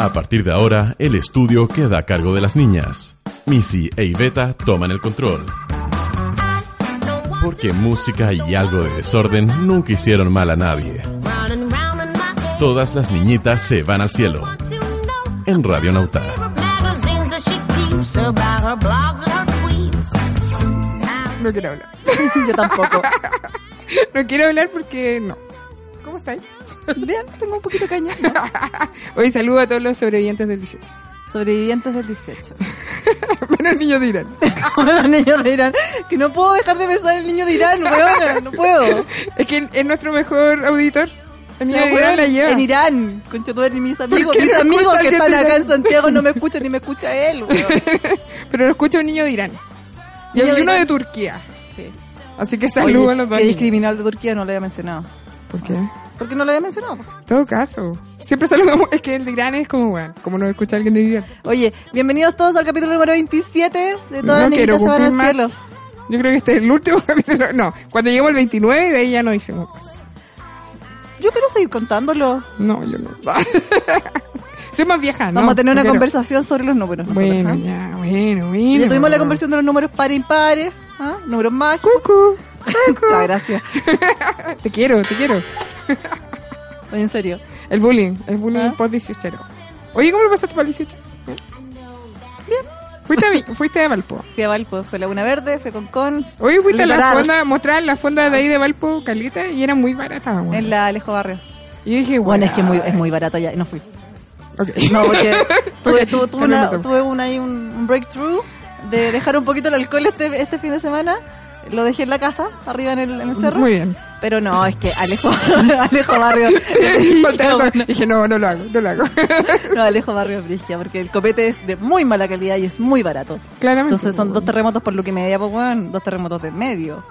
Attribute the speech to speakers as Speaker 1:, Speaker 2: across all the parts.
Speaker 1: A partir de ahora, el estudio queda a cargo de las niñas. Missy e Iveta toman el control. Porque música y algo de desorden nunca hicieron mal a nadie. Todas las niñitas se van al cielo. En Radio Nauta.
Speaker 2: No quiero hablar.
Speaker 3: Yo tampoco.
Speaker 2: No quiero hablar porque no. ¿Cómo estáis?
Speaker 3: Bien, tengo un poquito de caña.
Speaker 2: Hoy saludo a todos los sobrevivientes del 18.
Speaker 3: Sobrevivientes del 18.
Speaker 2: Menos niños de Irán.
Speaker 3: Como los niños de Irán. Que no puedo dejar de pensar en el niño de Irán, weona. No puedo.
Speaker 2: Es que es nuestro mejor auditor. El niño
Speaker 3: No,
Speaker 2: de
Speaker 3: weón,
Speaker 2: Irán la lleva.
Speaker 3: En Irán. Concha tu madre, y mis amigos.
Speaker 2: qué
Speaker 3: Mis
Speaker 2: no
Speaker 3: amigos
Speaker 2: escucha
Speaker 3: que
Speaker 2: alguien
Speaker 3: están
Speaker 2: de
Speaker 3: acá
Speaker 2: Irán?
Speaker 3: en Santiago no me escuchan ni me escucha él, weón.
Speaker 2: Pero lo escucha un niño de Irán. Y
Speaker 3: Niño
Speaker 2: hay
Speaker 3: de
Speaker 2: uno
Speaker 3: Irán.
Speaker 2: de Turquía.
Speaker 3: Sí.
Speaker 2: Así que saludo
Speaker 3: Oye,
Speaker 2: a los dos.
Speaker 3: que es
Speaker 2: niños.
Speaker 3: criminal de Turquía, no lo había mencionado.
Speaker 2: ¿Por qué?
Speaker 3: ¿Por qué no lo había mencionado?
Speaker 2: En todo caso. Siempre saludamos. Es que el de Irán es como, weón, como nos escucha alguien de Irán.
Speaker 3: Oye, bienvenidos todos al capítulo número 27 de todas las
Speaker 2: no quiero
Speaker 3: niñitas se van
Speaker 2: cumplir
Speaker 3: al
Speaker 2: más.
Speaker 3: cielo.
Speaker 2: Yo creo que este es el último capítulo. No, cuando lleguemos al 29, de ahí ya no hicimos más.
Speaker 3: Yo quiero seguir contándolo.
Speaker 2: No, yo no. Soy más vieja, ¿no?
Speaker 3: Vamos a tener
Speaker 2: no
Speaker 3: una
Speaker 2: quiero.
Speaker 3: conversación sobre los números. nosotros,
Speaker 2: Bueno,
Speaker 3: ¿ah?
Speaker 2: ya, bueno, bueno.
Speaker 3: Ya tuvimos la conversión de los números pares impares, ¿ah? números mágicos.
Speaker 2: Cucu.
Speaker 3: Uh,
Speaker 2: Ah,
Speaker 3: Muchas gracias.
Speaker 2: Te quiero, te quiero.
Speaker 3: Oye, En serio.
Speaker 2: El bullying, el bullying
Speaker 3: Ah.
Speaker 2: post 18. Oye, ¿cómo lo pasaste para el 18? Bien. Fuiste a, Vi- fuiste a Valpo.
Speaker 3: Fui a Valpo, fue Laguna Verde, fue Concón,
Speaker 2: Oye, fuiste a la
Speaker 3: Liberal.
Speaker 2: fonda, mostrar la fonda de ahí de Valpo, Calita, y era muy barata, weón.
Speaker 3: en la Alejo Barrio.
Speaker 2: Y yo dije,
Speaker 3: Bueno,
Speaker 2: weón.
Speaker 3: es que muy, es muy barato ya, y no fui.
Speaker 2: Ok.
Speaker 3: No, porque tuve,
Speaker 2: Ok,
Speaker 3: tuve- tuve
Speaker 2: calma,
Speaker 3: una-
Speaker 2: calma.
Speaker 3: tuve un, ahí un un breakthrough de dejar un poquito el alcohol este, este fin de semana. Lo dejé en la casa, arriba en el, en el cerro.
Speaker 2: Muy bien.
Speaker 3: Pero no, es que Alejo, Alejo Barrio.
Speaker 2: Falta eso. Dije, no, no lo hago, no lo hago.
Speaker 3: no, Alejo Barrio es brigia, porque el copete es de muy mala calidad y es muy barato.
Speaker 2: Claramente.
Speaker 3: Entonces son dos terremotos por lo que media, pues weón, dos terremotos de medio.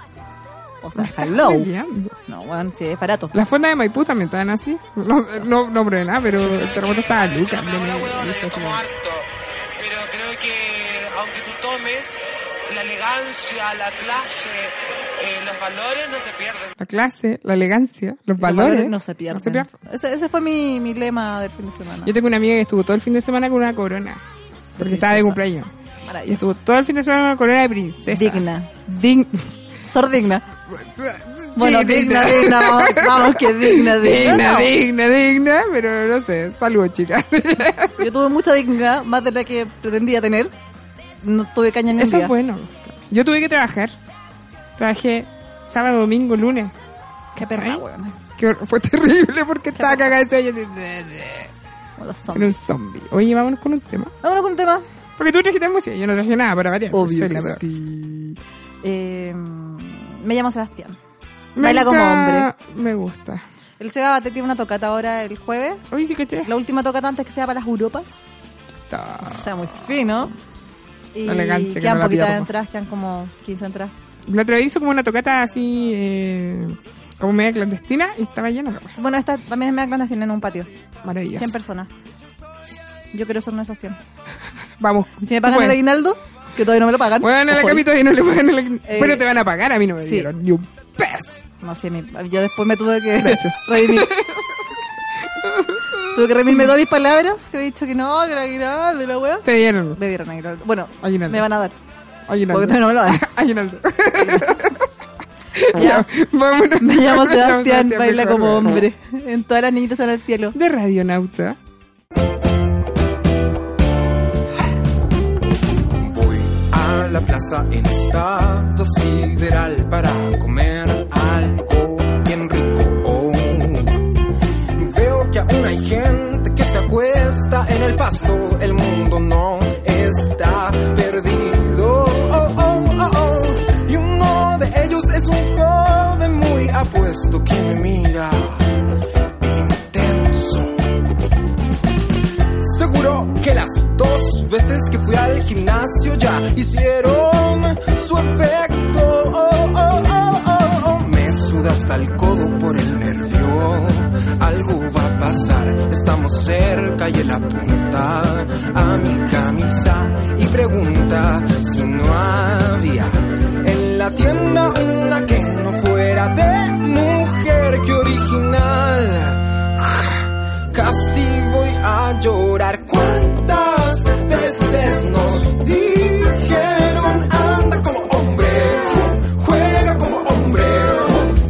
Speaker 3: O sea, hello.
Speaker 2: Olvidando.
Speaker 3: No, weón, sí, es barato.
Speaker 2: La fonda de Maipú también estaban así. No, no, no probé nada, pero el terremoto estaba Lucas. no me-
Speaker 4: Hola, weón,
Speaker 2: no
Speaker 4: como
Speaker 2: sé.
Speaker 4: harto. Pero creo que aunque tú tomes, la elegancia, la clase, eh, los valores no se pierden.
Speaker 2: La clase, la elegancia, los,
Speaker 3: Los
Speaker 2: valores,
Speaker 3: no se pierden.
Speaker 2: no se pierden.
Speaker 3: Ese, ese fue mi, mi lema del fin de semana.
Speaker 2: Yo tengo una amiga que estuvo todo el fin de semana con una corona. Porque
Speaker 3: De
Speaker 2: estaba de
Speaker 3: princesa.
Speaker 2: cumpleaños. Y
Speaker 3: Maravilloso.
Speaker 2: estuvo todo el fin de semana con una corona de princesa.
Speaker 3: Digna.
Speaker 2: Dig-
Speaker 3: Sordigna.
Speaker 2: Sí,
Speaker 3: Bueno, digna, digna, vamos, vamos, que digna, digna.
Speaker 2: Digna,
Speaker 3: No.
Speaker 2: digna, digna, pero no sé. Saludos, chicas.
Speaker 3: Yo tuve mucha dignidad, más de la que pretendía tener. No tuve caña ni un
Speaker 2: Eso
Speaker 3: día.
Speaker 2: es bueno. Yo tuve que trabajar. Trabajé sábado, domingo, lunes.
Speaker 3: Qué perra, weón.
Speaker 2: Que fue terrible porque estaba cagada
Speaker 3: perra.
Speaker 2: de sueño.
Speaker 3: Como los
Speaker 2: Era
Speaker 3: zombies.
Speaker 2: un zombie. Oye, vámonos con un tema.
Speaker 3: Vámonos con un tema.
Speaker 2: Porque tú trajiste música, yo no traje nada para variar.
Speaker 3: Obvio
Speaker 2: Soy la
Speaker 3: que
Speaker 2: peor.
Speaker 3: sí. Eh, me llamo Sebastián.
Speaker 2: Me
Speaker 3: Baila como
Speaker 2: gusta- Me gusta.
Speaker 3: El Seba Baté tiene una tocata ahora el jueves.
Speaker 2: Oye, sí, caché.
Speaker 3: La última tocata antes que sea para las Europas. O
Speaker 2: Está.
Speaker 3: sea, muy fino. Y
Speaker 2: Ah. La elegancia que
Speaker 3: quedan
Speaker 2: no la
Speaker 3: poquitas
Speaker 2: pilla,
Speaker 3: entradas, quedan como 15 entradas.
Speaker 2: La otra vez hizo como una tocata así, eh, como media clandestina y estaba llena. de weas.
Speaker 3: Bueno, esta también es media clandestina en un patio.
Speaker 2: Maravilloso.
Speaker 3: 100 personas. Yo quiero ser una de esas 100.
Speaker 2: Vamos.
Speaker 3: Si me pagan
Speaker 2: bueno,
Speaker 3: el aguinaldo, que todavía no me lo pagan.
Speaker 2: Bueno, la
Speaker 3: Ojo.
Speaker 2: capito y no le pagan el...
Speaker 3: Eh,
Speaker 2: Pero te van a pagar, a mí no me
Speaker 3: sí.
Speaker 2: dieron ni un pez.
Speaker 3: No, sí, mi- yo después me tuve que
Speaker 2: Gracias.
Speaker 3: redimir. tuve que redimirme todas mis palabras, que había dicho que no, que el aguinaldo, y la weá.
Speaker 2: Te dieron.
Speaker 3: Me dieron aguinaldo. Bueno,
Speaker 2: Aguinaldo.
Speaker 3: me van a dar. Porque
Speaker 2: Aguinaldo.
Speaker 3: todavía no me lo dan.
Speaker 2: Aguinaldo. Ya, vámonos.
Speaker 3: Me
Speaker 2: Me llamo
Speaker 3: llamo Sebastián, baila
Speaker 2: mejor,
Speaker 3: como
Speaker 2: weón.
Speaker 3: hombre. En todas las niñitas van al cielo.
Speaker 2: De Radionauta.
Speaker 5: Voy a la plaza en estado sideral para comer algo bien rico. Oh. Veo que aún hay gente que se acuesta en el pasto. El mundo no está perdido. Oh, oh, oh, oh. Y uno de ellos es un joven muy apuesto que me mira y me gimnasio ya hicieron su efecto. Oh, oh, oh, oh, oh. Me suda hasta el codo por el nervio. Algo va a pasar, estamos cerca y él apunta a mi camisa y pregunta si no había en la tienda una que no fuera de mujer que original. Casi voy a llorar. ¿Cuántas veces nos dijeron anda como hombre, juega como hombre?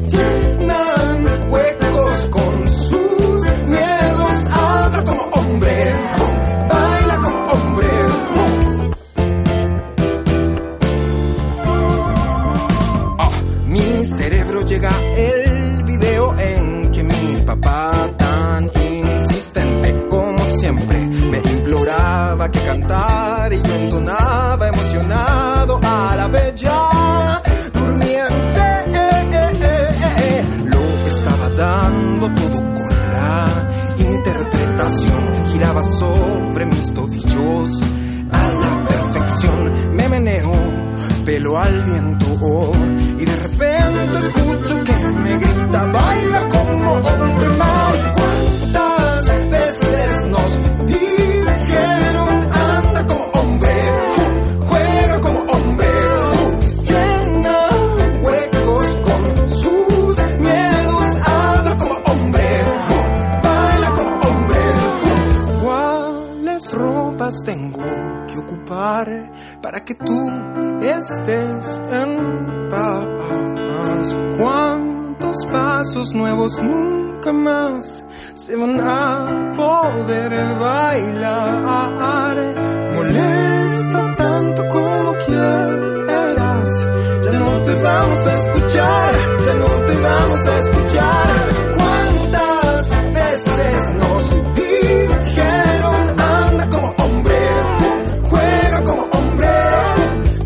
Speaker 5: Llenan huecos con sus miedos. Habla como hombre, baila como hombre. Ah, mi cerebro llega el video en que mi papá tan insistente como siempre me imploraba que cantara y yo entonaba emocionado a la bella durmiente. Eh, eh, eh, eh, eh. Lo estaba dando todo con la interpretación giraba sobre mis tobillos a la perfección. Me meneo, pelo al viento oh, y de repente escucho que me grita, baila como hombre mal. ¿Cuántas veces nos dijeron anda como hombre? ju- Juega como hombre, ju- llena huecos con sus miedos, habla como hombre, ju- baila como hombre. ju- ¿Cuáles ropas tengo que ocupar para que tú estés en paz? ¿Cuántos pasos nuevos nunca más se van a poder bailar? Molesta tanto como quieras, ya no te vamos a escuchar, ya no te vamos a escuchar. ¿Cuántas veces nos dijeron anda como hombre, juega como hombre,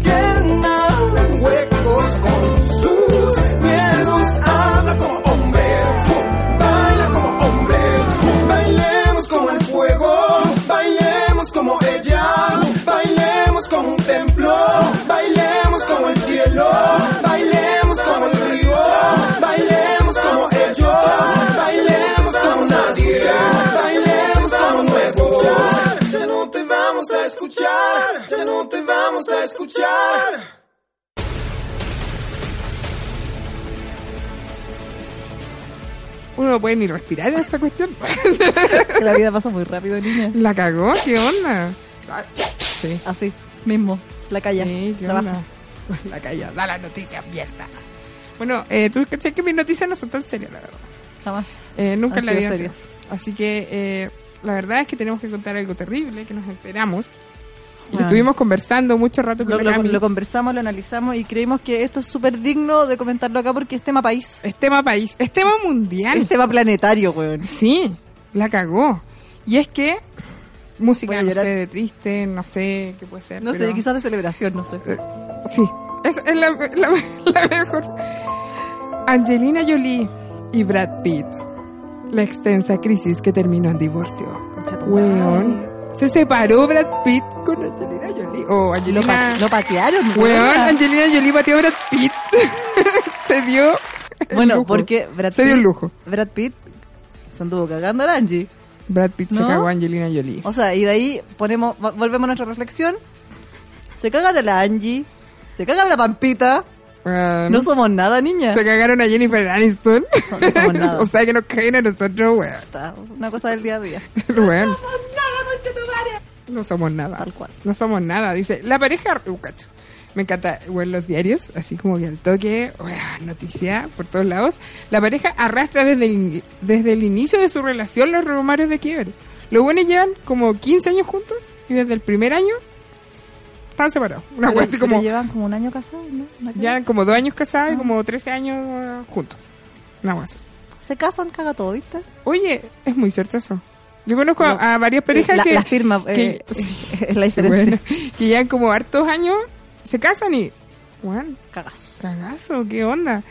Speaker 5: llena huecos con sus miedos, habla como hombre, baila como hombre, bailemos como el fuego, bailemos como ellas, bailemos como un templo, bailemos como el cielo, bailemos como el río, bailemos como ellos, bailemos como nadie, bailemos como nuestro. Ya no te vamos a escuchar, ya no te vamos a escuchar.
Speaker 2: Uno no puede ni respirar en esta cuestión.
Speaker 3: Que la vida pasa muy rápido, niña.
Speaker 2: La cagó, qué onda. Ah, Sí.
Speaker 3: Así, mismo. La calla.
Speaker 2: Sí, qué
Speaker 3: la
Speaker 2: onda.
Speaker 3: baja.
Speaker 2: La calla, da la noticia, mierda. Bueno, eh, tú caché que mis noticias no son tan serias, la verdad.
Speaker 3: Jamás.
Speaker 2: Eh, nunca
Speaker 3: Han
Speaker 2: en la
Speaker 3: sido
Speaker 2: vida.
Speaker 3: serias.
Speaker 2: sido. Así que eh, la verdad es que tenemos que contar algo terrible que nos enteramos. Y
Speaker 3: Bueno.
Speaker 2: estuvimos conversando mucho rato
Speaker 3: Lo,
Speaker 2: con
Speaker 3: lo-
Speaker 2: la Cami.
Speaker 3: lo conversamos, lo analizamos y creímos que esto es súper digno de comentarlo acá porque es tema país.
Speaker 2: Es tema país, es tema mundial.
Speaker 3: Es tema planetario, weón.
Speaker 2: Sí, la cagó. Y es que
Speaker 3: Voy
Speaker 2: música,
Speaker 3: a
Speaker 2: no
Speaker 3: llorar.
Speaker 2: sé, de triste, no sé qué puede ser.
Speaker 3: No
Speaker 2: pero- eh,
Speaker 3: sé, quizás de celebración, no sé.
Speaker 2: Sí, es, es la, la- la mejor. Angelina Jolie y Brad Pitt. La extensa crisis que terminó en divorcio.
Speaker 3: Concha tu madre.
Speaker 2: Weón. Se separó Brad Pitt con Angelina Jolie. Oh,
Speaker 3: Lo, pa-
Speaker 2: Angelina.
Speaker 3: lo patearon,
Speaker 2: Weón,
Speaker 3: weona.
Speaker 2: Angelina Jolie batió a Brad Pitt. se dio. el
Speaker 3: Bueno,
Speaker 2: lujo.
Speaker 3: porque Brad
Speaker 2: Se dio
Speaker 3: Pitt-
Speaker 2: el lujo.
Speaker 3: Brad Pitt se anduvo cagando a Angie.
Speaker 2: Brad Pitt se
Speaker 3: ¿No?
Speaker 2: cagó a Angelina Jolie.
Speaker 3: O sea, y de ahí ponemos, vo- volvemos a nuestra reflexión. Se cagan a la Angie, se cagan a la Pampita.
Speaker 2: Weón.
Speaker 3: No somos nada, niña.
Speaker 2: Em. se cagaron a Jennifer Aniston.
Speaker 3: No, no somos nada.
Speaker 2: o sea que nos caen a nosotros, weón.
Speaker 3: Está Una cosa del día a día,
Speaker 2: Bueno. No somos nada,
Speaker 3: tal cual.
Speaker 2: No somos nada. Dice, la pareja... Uh, cacho. Me encanta, bueno, los diarios, así como que al toque, uah, noticia por todos lados. La pareja arrastra desde el, in- desde el inicio de su relación los rumores de quiebra. Los buenos llevan como 15 años juntos y desde el primer año están separados. Una
Speaker 3: Pero-
Speaker 2: wea así
Speaker 3: pero
Speaker 2: como...
Speaker 3: llevan como un año casados, ¿no? Una cosa.
Speaker 2: Ya como dos años casados y como 13 años eh, juntos. Una wea así.
Speaker 3: Se casan, caga todo, ¿viste?
Speaker 2: Oye, es muy cierto eso. Yo conozco a-
Speaker 3: No.
Speaker 2: a, varias parejas
Speaker 3: la,
Speaker 2: que...
Speaker 3: la firma
Speaker 2: que-
Speaker 3: eh, es la
Speaker 2: Qué
Speaker 3: diferencia.
Speaker 2: bueno. que ya como hartos años se casan y. Bueno,
Speaker 3: Cagas.
Speaker 2: cagazo, qué onda.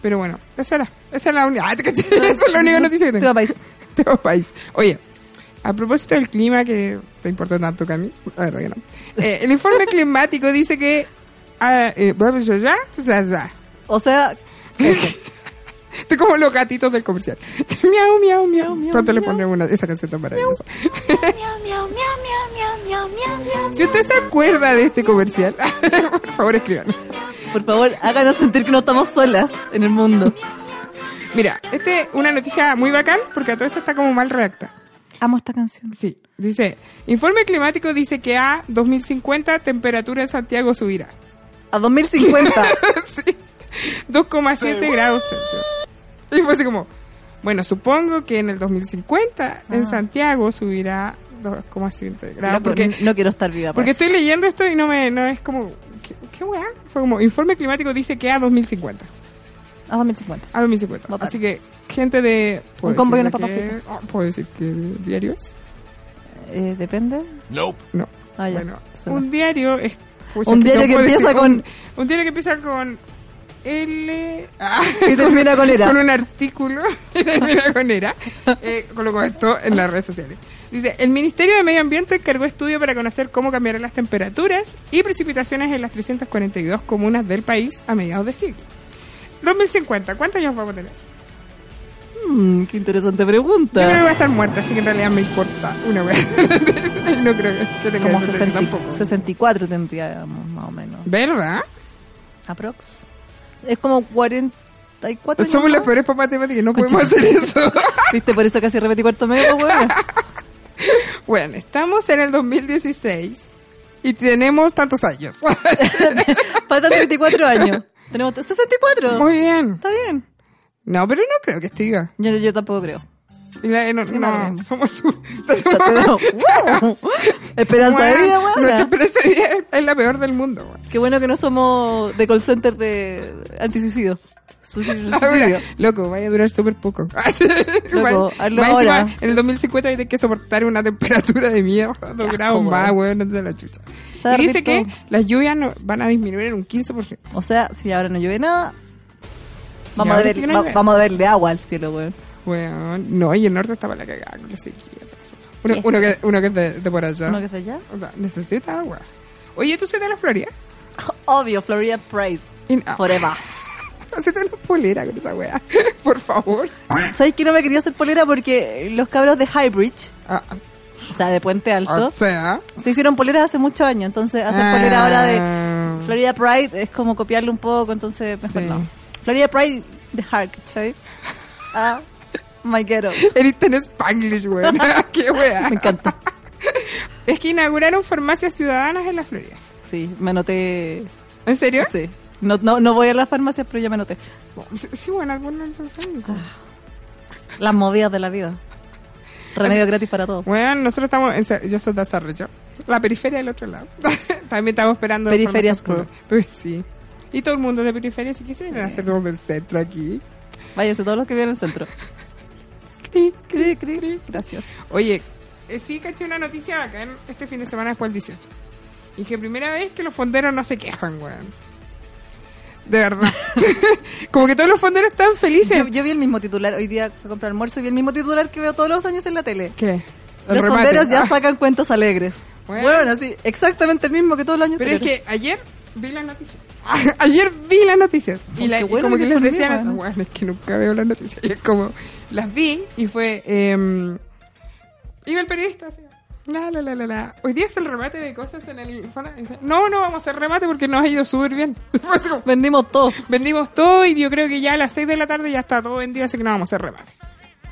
Speaker 2: Pero bueno, esa era, esa era la única. Ah, te caché, esa es la única noticia que tengo.
Speaker 3: Tema país.
Speaker 2: Tema país. Oye, A propósito del clima, que te importa tanto que a mí, la verdad que no. Eh, el informe climático dice que. ah, eh, bueno, ya, ya, ya, ya.
Speaker 3: O sea,
Speaker 2: Estoy como los gatitos del comercial. miau, miau, miau, miau. Pronto le pondré una, esa canción tan maravillosa. Si usted se acuerda de este comercial, por favor escríbanos.
Speaker 3: por favor, háganos sentir que no estamos solas en el mundo.
Speaker 2: Mira, este es una noticia muy bacán porque todo esto está como mal redactado.
Speaker 3: Amo esta canción.
Speaker 2: Sí, dice, informe climático dice que a 2050 temperatura en Santiago subirá.
Speaker 3: A 2050.
Speaker 2: Sí. 2,7 grados Celsius. Y fue así como, bueno, supongo que en el 2050 en Santiago subirá 2,7 grados.
Speaker 3: Loco,
Speaker 2: Porque,
Speaker 3: no quiero estar viva.
Speaker 2: porque
Speaker 3: Porque
Speaker 2: estoy leyendo esto y no me no es como, ¿qué, qué weá? Fue como, informe climático dice que a 2050.
Speaker 3: A 2050.
Speaker 2: A 2050.
Speaker 3: Votar.
Speaker 2: Así que, gente de... ¿puedo
Speaker 3: Un combo y
Speaker 2: decir
Speaker 3: unas
Speaker 2: de
Speaker 3: papas
Speaker 2: qué? Oh, ¿Puedo decir que diario es?
Speaker 3: Eh, Depende.
Speaker 1: Nope.
Speaker 2: No.
Speaker 3: Ah, ya.
Speaker 2: Bueno,
Speaker 3: Suena.
Speaker 2: un diario es... pucha,
Speaker 3: Un
Speaker 2: es
Speaker 3: diario
Speaker 2: no
Speaker 3: que
Speaker 2: puedo
Speaker 3: empieza con-
Speaker 2: Un, un diario que empieza con... L... Ah,
Speaker 3: Y termina con era.
Speaker 2: con un artículo y termina con era. Eh, colocó esto en las redes sociales. Dice, el Ministerio de Medio Ambiente encargó estudio para conocer cómo cambiarán las temperaturas y precipitaciones en las 342 comunas del país a mediados de siglo. 2050, ¿cuántos años vamos a tener?
Speaker 3: Mm, qué interesante
Speaker 2: Yo creo que
Speaker 3: pregunta.
Speaker 2: va a estar muerta, así que en realidad me importa una vez. no creo que tenga
Speaker 3: Como
Speaker 2: ese
Speaker 3: 60
Speaker 2: tampoco.
Speaker 3: 64 tendríamos, más o menos.
Speaker 2: ¿Verdad?
Speaker 3: Aprox. Es como 44 años
Speaker 2: Somos
Speaker 3: más.
Speaker 2: las peores para matemáticas, no podemos
Speaker 3: Concha.
Speaker 2: hacer eso.
Speaker 3: Viste, por eso casi repetí cuarto medio, pues, weón.
Speaker 2: bueno, estamos en el 2016 y tenemos tantos años.
Speaker 3: Faltan 34 años. Tenemos 64.
Speaker 2: Muy bien.
Speaker 3: Está bien.
Speaker 2: No, pero no creo que esté viva.
Speaker 3: Yo, yo tampoco creo.
Speaker 2: Y la- no, no,
Speaker 3: madre.
Speaker 2: somos su...
Speaker 3: Está todo- ¡Wow! Esperanza de vida,
Speaker 2: Bueno, Nuestra
Speaker 3: weón.
Speaker 2: experiencia de vida es la peor del mundo. weón.
Speaker 3: Qué bueno que no somos de call center de antisuicidio. Suicidio.
Speaker 2: Ahora,
Speaker 3: suicidio.
Speaker 2: loco, vaya a durar súper poco.
Speaker 3: Loco, hazlo
Speaker 2: más encima,
Speaker 3: ahora.
Speaker 2: en el 2050 hay que soportar una temperatura de mierda, dos
Speaker 3: asco,
Speaker 2: grados más,
Speaker 3: weón.
Speaker 2: weón, antes de la chucha.
Speaker 3: Se va
Speaker 2: Y dice
Speaker 3: derretir
Speaker 2: que
Speaker 3: todo.
Speaker 2: las lluvias no- van a disminuir en un 15%.
Speaker 3: O sea, si ahora no llueve nada, vamos, a,
Speaker 2: ahora sí que
Speaker 3: ver,
Speaker 2: no
Speaker 3: va-
Speaker 2: llueve.
Speaker 3: vamos a verle agua al cielo, weón.
Speaker 2: Weón, no, y el norte estaba la cagada con la sequía. todo eso. Uno, uno que, uno que es de, de por allá.
Speaker 3: ¿No que está allá?
Speaker 2: O sea, necesita agua. Oye, ¿tú se de la Florida?
Speaker 3: Obvio, Florida Pride.
Speaker 2: Y no.
Speaker 3: Forever.
Speaker 2: Se te la polera con esa weá. Por favor.
Speaker 3: ¿Sabes que no me quería hacer polera? Porque los cabros de Highbridge,
Speaker 2: Ah,
Speaker 3: o sea, de Puente Alto,
Speaker 2: o sea.
Speaker 3: se hicieron poleras hace muchos años. Entonces, hacer
Speaker 2: ah,
Speaker 3: polera ahora de Florida Pride es como copiarlo un poco, entonces mejor
Speaker 2: Sí.
Speaker 3: no. Florida Pride, The Heart, ¿cachai? Ah, my ghetto.
Speaker 2: Erita en Spanglish, weón. Qué weá.
Speaker 3: Me encanta.
Speaker 2: Es que inauguraron farmacias ciudadanas en la Florida.
Speaker 3: Sí, me anoté.
Speaker 2: ¿En serio?
Speaker 3: Sí. No, no, no voy a las farmacias, pero ya me anoté.
Speaker 2: Sí, bueno, algunos no saben eso.
Speaker 3: Las movidas de la vida. Remedio gratis para todos.
Speaker 2: Bueno, nosotros estamos en Sa- yo soy de Azarrecho. La periferia del otro lado. También estamos esperando.
Speaker 3: Periferia
Speaker 2: farmacias
Speaker 3: Screw.
Speaker 2: públicas. Pero sí. Y todo el mundo de periferia, si quisieran hacer como del centro aquí.
Speaker 3: Váyanse todos los que viven en el centro.
Speaker 2: Cri,
Speaker 3: Cri, cri, cri. Gracias.
Speaker 2: Oye, eh, sí caché una noticia bacán este fin de semana después del 18. Y que primera vez que los fonderos no se quejan, weón. De verdad. Como que todos los fonderos están felices.
Speaker 3: Yo, yo vi el mismo titular. Hoy día fui a comprar almuerzo y vi el mismo titular que veo todos los años en la tele.
Speaker 2: ¿Qué? El
Speaker 3: Los
Speaker 2: remate.
Speaker 3: fonderos ya
Speaker 2: Ah,
Speaker 3: sacan cuentas alegres.
Speaker 2: Bueno.
Speaker 3: Bueno, sí, exactamente el mismo que todos los años.
Speaker 2: Pero es
Speaker 3: anteriores.
Speaker 2: que ayer vi las noticias. ayer vi las noticias. Y,
Speaker 3: Oh,
Speaker 2: la-
Speaker 3: qué
Speaker 2: y
Speaker 3: bueno
Speaker 2: como
Speaker 3: que
Speaker 2: que les
Speaker 3: informé,
Speaker 2: decían,
Speaker 3: weón.
Speaker 2: "Weón, es que nunca veo las noticias. Y es como, las vi y fue... em, iba el periodista así. La, la, la, la, la. Hoy día es el remate de cosas en el Infona. Y dice, No, no vamos a hacer remate porque nos ha ido súper bien. Fue así como,
Speaker 3: vendimos todo.
Speaker 2: Vendimos todo y yo creo que ya a las 6 de la tarde ya está todo vendido, así que no vamos a hacer remate.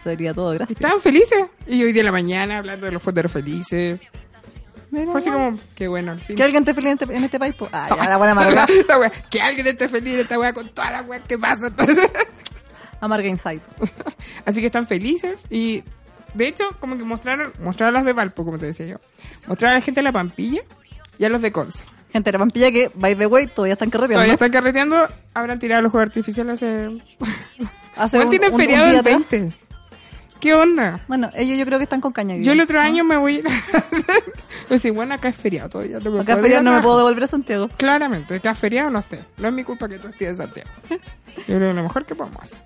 Speaker 3: Sería todo,
Speaker 2: Y
Speaker 3: gracias.
Speaker 2: Estaban felices. Y hoy día en la mañana hablando de los fonderos felices.
Speaker 3: Mira,
Speaker 2: Fue así
Speaker 3: bueno.
Speaker 2: como, qué bueno, al fin.
Speaker 3: Que alguien te feliz en este, en este país. po. Ah, ya, la buena amarga.
Speaker 2: La wea, que alguien esté feliz de esta weá con todas las weas que pasan.
Speaker 3: amarga Inside.
Speaker 2: Así que están felices y de hecho como que mostraron, mostraron las de Valpo, como te decía yo. Mostraron a la gente de la Pampilla y a los de Conce.
Speaker 3: Gente de la Pampilla que, by the way, todavía están carreteando.
Speaker 2: Todavía están carreteando, habrán tirado los juegos artificiales hace...
Speaker 3: Hace
Speaker 2: ¿Cuál
Speaker 3: un-
Speaker 2: tienen
Speaker 3: un- un
Speaker 2: feriado
Speaker 3: día
Speaker 2: el
Speaker 3: atrás.
Speaker 2: 20? ¿Qué onda?
Speaker 3: Bueno, ellos yo creo que están con caña.
Speaker 2: Yo el otro año me voy a ir a... Pues sí, bueno, acá es feriado todavía. No me
Speaker 3: Acá
Speaker 2: puedo
Speaker 3: feriado
Speaker 2: ir a
Speaker 3: no me
Speaker 2: trabajar.
Speaker 3: puedo devolver a Santiago.
Speaker 2: Claramente, acá es feriado no sé. No es mi culpa que tú estés en Santiago. Yo creo que lo mejor que podemos hacer.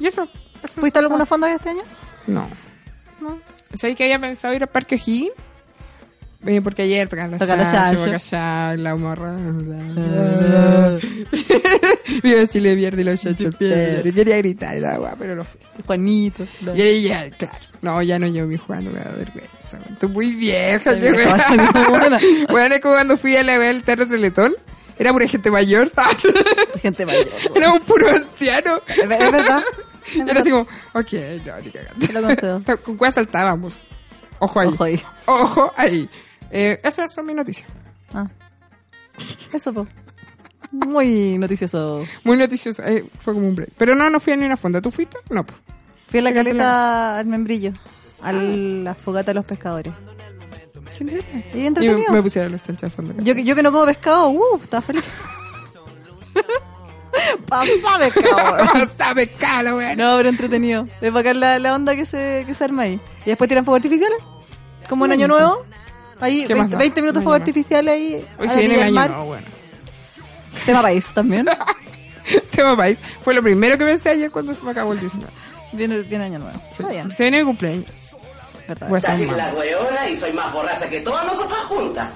Speaker 2: Y eso... eso
Speaker 3: ¿Fuiste a
Speaker 2: es todo.
Speaker 3: alguna fonda este año?
Speaker 2: No.
Speaker 3: ¿no?
Speaker 2: ¿Sabes que había pensado ir al Parque O'Higgins? Eh, porque ayer tocaron los
Speaker 3: Tocaron los
Speaker 2: Sancho,
Speaker 3: Sancho.
Speaker 2: Bacallao, la morra.
Speaker 3: Ah.
Speaker 2: Eh. Viva Chile, pierde los chachos.
Speaker 3: pierde.
Speaker 2: Quería gritar, y la guapa, pero no fui.
Speaker 3: Juanito.
Speaker 2: Y ahí ya, claro. No, ya no yo, mi Juan, no me da vergüenza. güey. Estoy muy vieja.
Speaker 3: Ay,
Speaker 2: tío,
Speaker 3: vieja,
Speaker 2: güey.
Speaker 3: vieja, buena.
Speaker 2: Bueno, es como cuando fui a la ver el Teatro Teletón. Era pura gente mayor.
Speaker 3: Gente mayor.
Speaker 2: Era un puro anciano.
Speaker 3: Es ver- es verdad. Es
Speaker 2: Era
Speaker 3: verdad.
Speaker 2: así como, ok, no, ni cagando.
Speaker 3: Te lo concedo.
Speaker 2: ¿Con cuál saltábamos? Ojo ahí.
Speaker 3: Ojo ahí.
Speaker 2: Ojo ahí. Eh, esas son mis noticias.
Speaker 3: Ah. Eso, po. Muy noticioso.
Speaker 2: Muy noticiosa. Eh, fue como un break. Pero no, no fui a ni una fonda. ¿Tú fuiste? No. pues. po.
Speaker 3: Fui a la
Speaker 2: Fíjate la
Speaker 3: caleta al membrillo,
Speaker 2: Ah.
Speaker 3: a la fogata de los pescadores. Y
Speaker 2: Y me,
Speaker 3: entretenido.
Speaker 2: me pusieron los chanchas de fondo.
Speaker 3: Yo, que- yo que no como pescado, uh, estaba feliz. Papá pescado. weón.
Speaker 2: Está becada, Oh, weón.
Speaker 3: No, pero entretenido. Es bacán la, la onda que se, que se arma ahí. Y después tiran fuegos artificiales. Como en Año
Speaker 2: Bonito.
Speaker 3: Nuevo. Ahí,
Speaker 2: ¿Qué más
Speaker 3: 20,
Speaker 2: da?
Speaker 3: 20
Speaker 2: No
Speaker 3: minutos
Speaker 2: hay
Speaker 3: fuegos
Speaker 2: más.
Speaker 3: artificiales ahí. a
Speaker 2: Hoy
Speaker 3: la
Speaker 2: se viene el
Speaker 3: orilla del
Speaker 2: año.
Speaker 3: mar.
Speaker 2: No, bueno.
Speaker 3: Tema país también.
Speaker 2: Tema país. Fue lo primero que pensé ayer cuando se me acabó el 19.
Speaker 3: Viene, viene Año Nuevo.
Speaker 2: Sí.
Speaker 3: Está bien,
Speaker 2: Se viene mi cumpleaños.
Speaker 3: verdad.
Speaker 2: Pues,
Speaker 6: Casi
Speaker 2: mamá.
Speaker 6: la hueona y soy más borracha que todas nosotras juntas.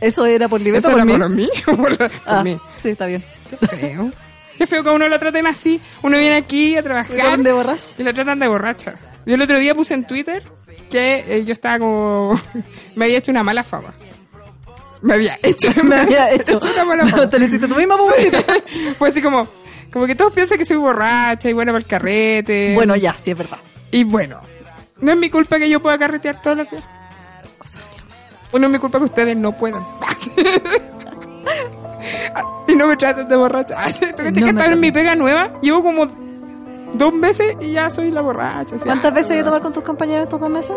Speaker 3: Eso era por Liberto
Speaker 2: ¿Eso
Speaker 3: por
Speaker 2: era
Speaker 3: mí.
Speaker 2: por mí? Por, la- por
Speaker 3: Ah,
Speaker 2: mí.
Speaker 3: sí, está bien.
Speaker 2: Qué feo. Qué feo que a uno lo traten así. Uno viene aquí a trabajar.
Speaker 3: ¿Dónde borras?
Speaker 2: Y la tratan de borracha. Yo el otro día puse en Twitter que eh, yo estaba como... me había hecho una mala fama. Me había hecho,
Speaker 3: Me había hecho.
Speaker 2: una mala fama.
Speaker 3: Te lo hiciste tú misma, pues, pobrecita.
Speaker 2: Fue así como... Como que todos piensan que soy borracha y buena para el carrete.
Speaker 3: Bueno, ya, sí, es verdad.
Speaker 2: Y bueno, no es mi culpa que yo pueda carretear todo lo que...
Speaker 3: O sea,
Speaker 2: No es mi culpa que ustedes no puedan. y no me traten de borracha. ¿Tú cachas
Speaker 3: No
Speaker 2: que
Speaker 3: me
Speaker 2: estaba en mi
Speaker 3: traten.
Speaker 2: pega nueva? Llevo como dos meses y ya soy la borracha. o sea,
Speaker 3: ¿Cuántas veces he ido a tomar con tus compañeros estos dos meses?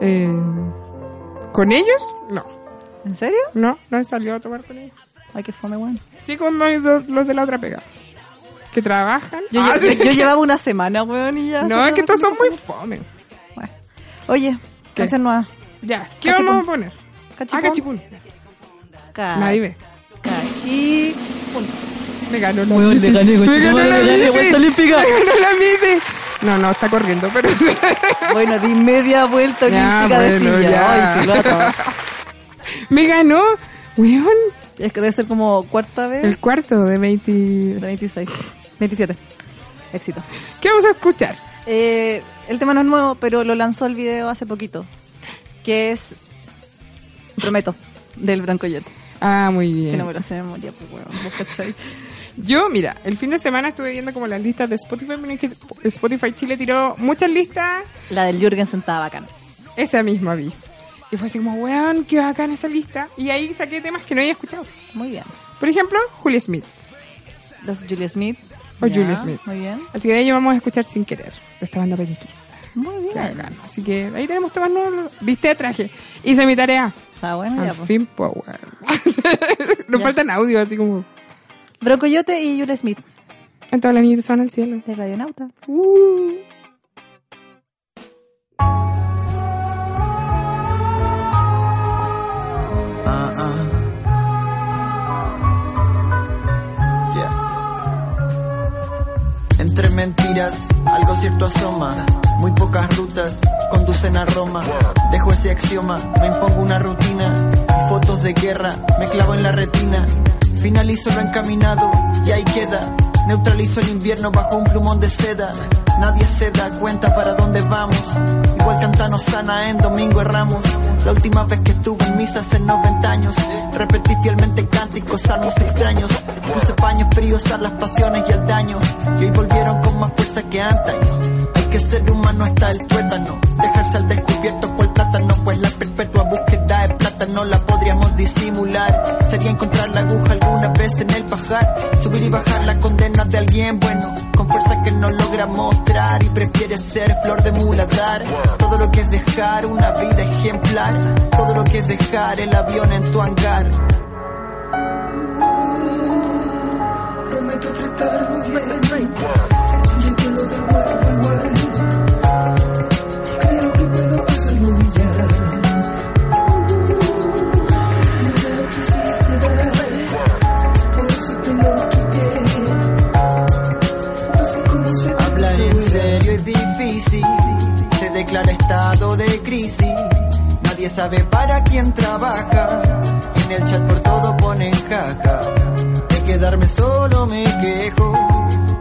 Speaker 2: Eh, ¿Con ellos? No.
Speaker 3: ¿En serio?
Speaker 2: No, no salió a tomar con ellos.
Speaker 3: Ay, qué fome, bueno.
Speaker 2: Sí, con los, dos- los de la otra pega. Que trabajan.
Speaker 3: Yo,
Speaker 2: Ah,
Speaker 3: yo-
Speaker 2: sí.
Speaker 3: yo llevaba una semana, weón, y ya.
Speaker 2: no, es que estos son muy fome.
Speaker 3: Bueno. Oye,
Speaker 2: ¿Qué?
Speaker 3: canción nueva.
Speaker 2: Ya, ¿qué
Speaker 3: Cachipún.
Speaker 2: vamos a poner? Ah,
Speaker 3: Cachipún.
Speaker 2: cachipún.
Speaker 3: Ca-
Speaker 2: Nadie ve.
Speaker 3: Cachipún.
Speaker 2: Me ganó la
Speaker 3: Weón,
Speaker 2: bici.
Speaker 3: le gané,
Speaker 2: Me
Speaker 3: coche,
Speaker 2: ganó
Speaker 3: no,
Speaker 2: la
Speaker 3: le gané,
Speaker 2: bici.
Speaker 3: vuelta olímpica.
Speaker 2: Me ganó la bici. No, no, está corriendo, pero...
Speaker 3: Bueno, di media vuelta
Speaker 2: Ya,
Speaker 3: olímpica de
Speaker 2: bueno,
Speaker 3: silla.
Speaker 2: ya.
Speaker 3: Ay, piloto.
Speaker 2: me ganó, weón,
Speaker 3: Es que debe ser como cuarta
Speaker 2: el
Speaker 3: vez.
Speaker 2: cuarto de 20...
Speaker 3: De 26. 27. Éxito.
Speaker 2: ¿Qué vamos a escuchar?
Speaker 3: Eh, el tema no es nuevo, pero lo lanzó el video hace poquito. Que es. Prometo. Del Branco Jet.
Speaker 2: Ah, muy bien.
Speaker 3: Que no me lo sé de memoria, pues, weón. ¿Vos cachai?
Speaker 2: Yo, mira, el fin de semana estuve viendo como las listas de Spotify. miren que Spotify Chile tiró muchas listas.
Speaker 3: La del Jürgen sentada bacán.
Speaker 2: Esa misma vi. Y fue así como, weón, qué bacán esa lista. Y ahí saqué temas que no había escuchado.
Speaker 3: Muy bien.
Speaker 2: Por ejemplo, Julia Smith.
Speaker 3: Los Julia Smith.
Speaker 2: O
Speaker 3: Ya,
Speaker 2: Julia Smith.
Speaker 3: Muy bien.
Speaker 2: Así que de ello vamos a escuchar sin querer. De esta banda periquista.
Speaker 3: Muy
Speaker 2: Qué
Speaker 3: bien.
Speaker 2: bacán. Así que ahí tenemos temas nuevos. Viste, traje. Hice mi tarea.
Speaker 3: Está bueno ya,
Speaker 2: Al
Speaker 3: pues.
Speaker 2: fin, pues, weón. Nos
Speaker 3: Ya.
Speaker 2: faltan audio así como.
Speaker 3: Brocoyote y Julia Smith.
Speaker 2: En todas las niñas son al cielo.
Speaker 3: De Radionauta.
Speaker 2: Uh.
Speaker 5: Uh-uh. Yeah. Entre mentiras, algo cierto asoma. Muy pocas rutas conducen a Roma. Dejo ese axioma, me impongo una rutina. Fotos de guerra, me clavo en la retina. Finalizo lo encaminado y ahí queda. Neutralizo el invierno bajo un plumón de seda. Nadie se da cuenta para dónde vamos. Igual cantano sana en Domingo Ramos. La última vez que estuve en misa hace 90 años. Repetí fielmente cánticos, salmos extraños. Puse paños fríos a las pasiones y al daño. Y hoy volvieron con más fuerza que antaño. Hay que ser humano hasta el tuétano. Dejarse al descubierto cual plátano, pues la perpetua búsqueda de plátano la podríamos disimular. Sería encontrar la aguja alguna vez en el pajar. Subir y bajar la condena de alguien bueno, con fuerza que no logra mostrar y prefiere ser flor de muladar. Todo lo que es dejar una vida ejemplar, todo lo que es dejar el avión en tu hangar. Prometo tratar muy bien. Yo te lo devuelvo igual. Creo que puedo hacerlo brillar. No me lo quisiste dar, por eso te lo quité. No sé cómo se Hablar en serio es difícil.
Speaker 7: se declara estado de crisis. Nadie sabe para quién trabaja. En el chat por todo ponen caja. De quedarme solo me quejo.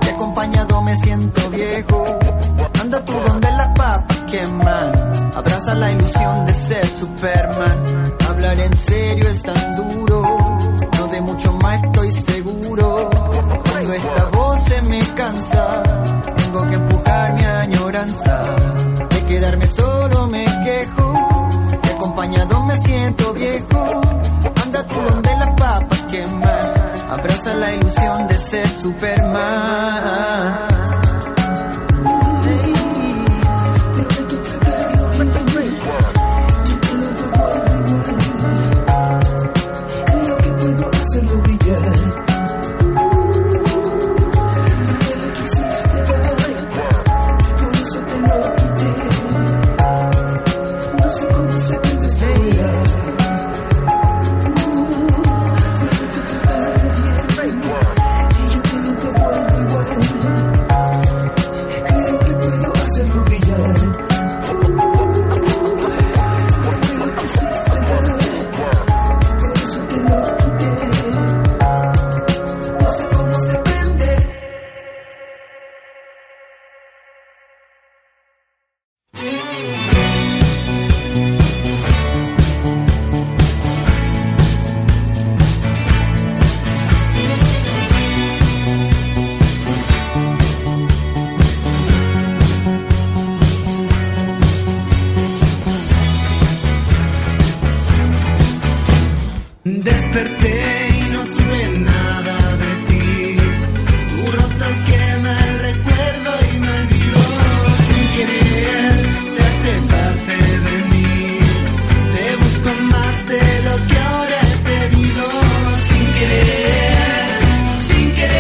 Speaker 7: De acompañado me siento viejo. Anda tú donde las papas queman. Abraza la ilusión de ser Superman. Hablar en serio es tan duro. No de mucho más estoy seguro. Cuando esta voz se me cansa, tengo que empujar mi añoranza. De quedarme solo me quejo. De acompañado me siento viejo. Anda tú donde las papas queman. Abraza la ilusión de ser Superman.
Speaker 5: Desperté y no supe nada de ti. Tu rostro que me recuerdo y me olvidó sin querer. Se hace parte de mí. Te busco más de lo que ahora es debido sin querer, sin querer.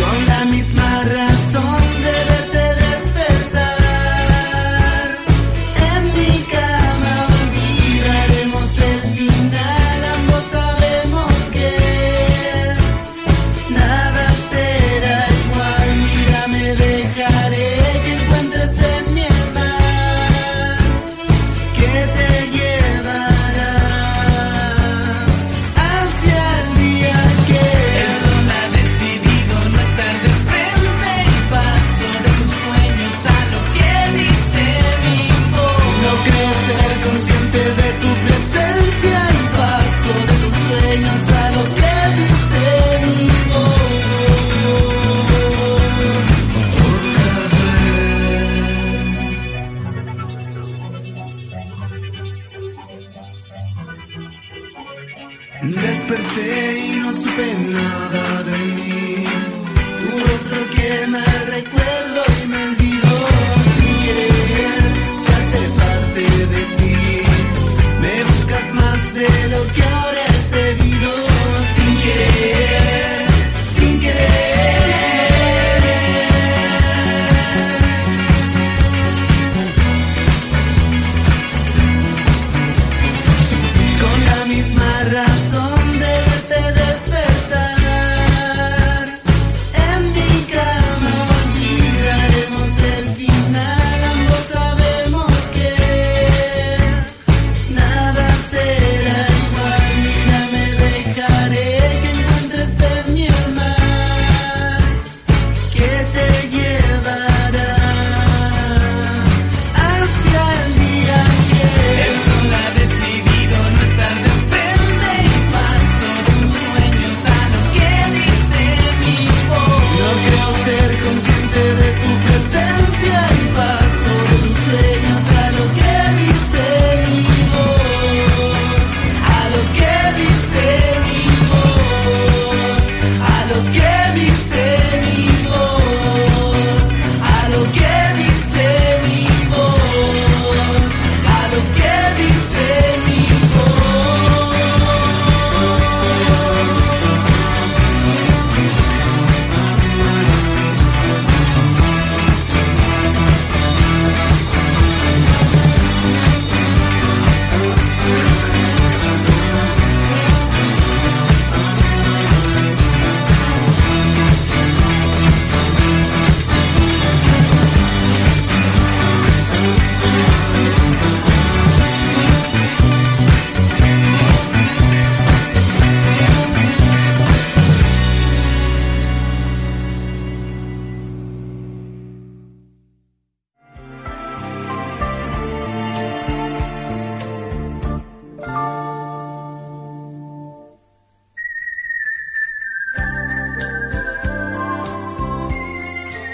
Speaker 5: Con la misma razón de verte despertar En mi cama olvidaremos el final Ambos sabemos que Nada será igual Mira, me dejaré que encuentres en mi alma Que te llevará Hacia el día que el sol ha decidido no estar de frente y paso de tus sueños a lo que dice mi voz. No creo ser consciente de tu presencia y paso de tus sueños a lo que dice mi Desperté y no supe nada de mí. Tu rostro que me recuerdo y me olvidó sin querer. Se hace parte de ti. Me buscas más de lo que ahora es debido sin querer, sin querer. Con la misma razón de verte despertar En mi cama olvidaremos el final Ambos sabemos que Nada será igual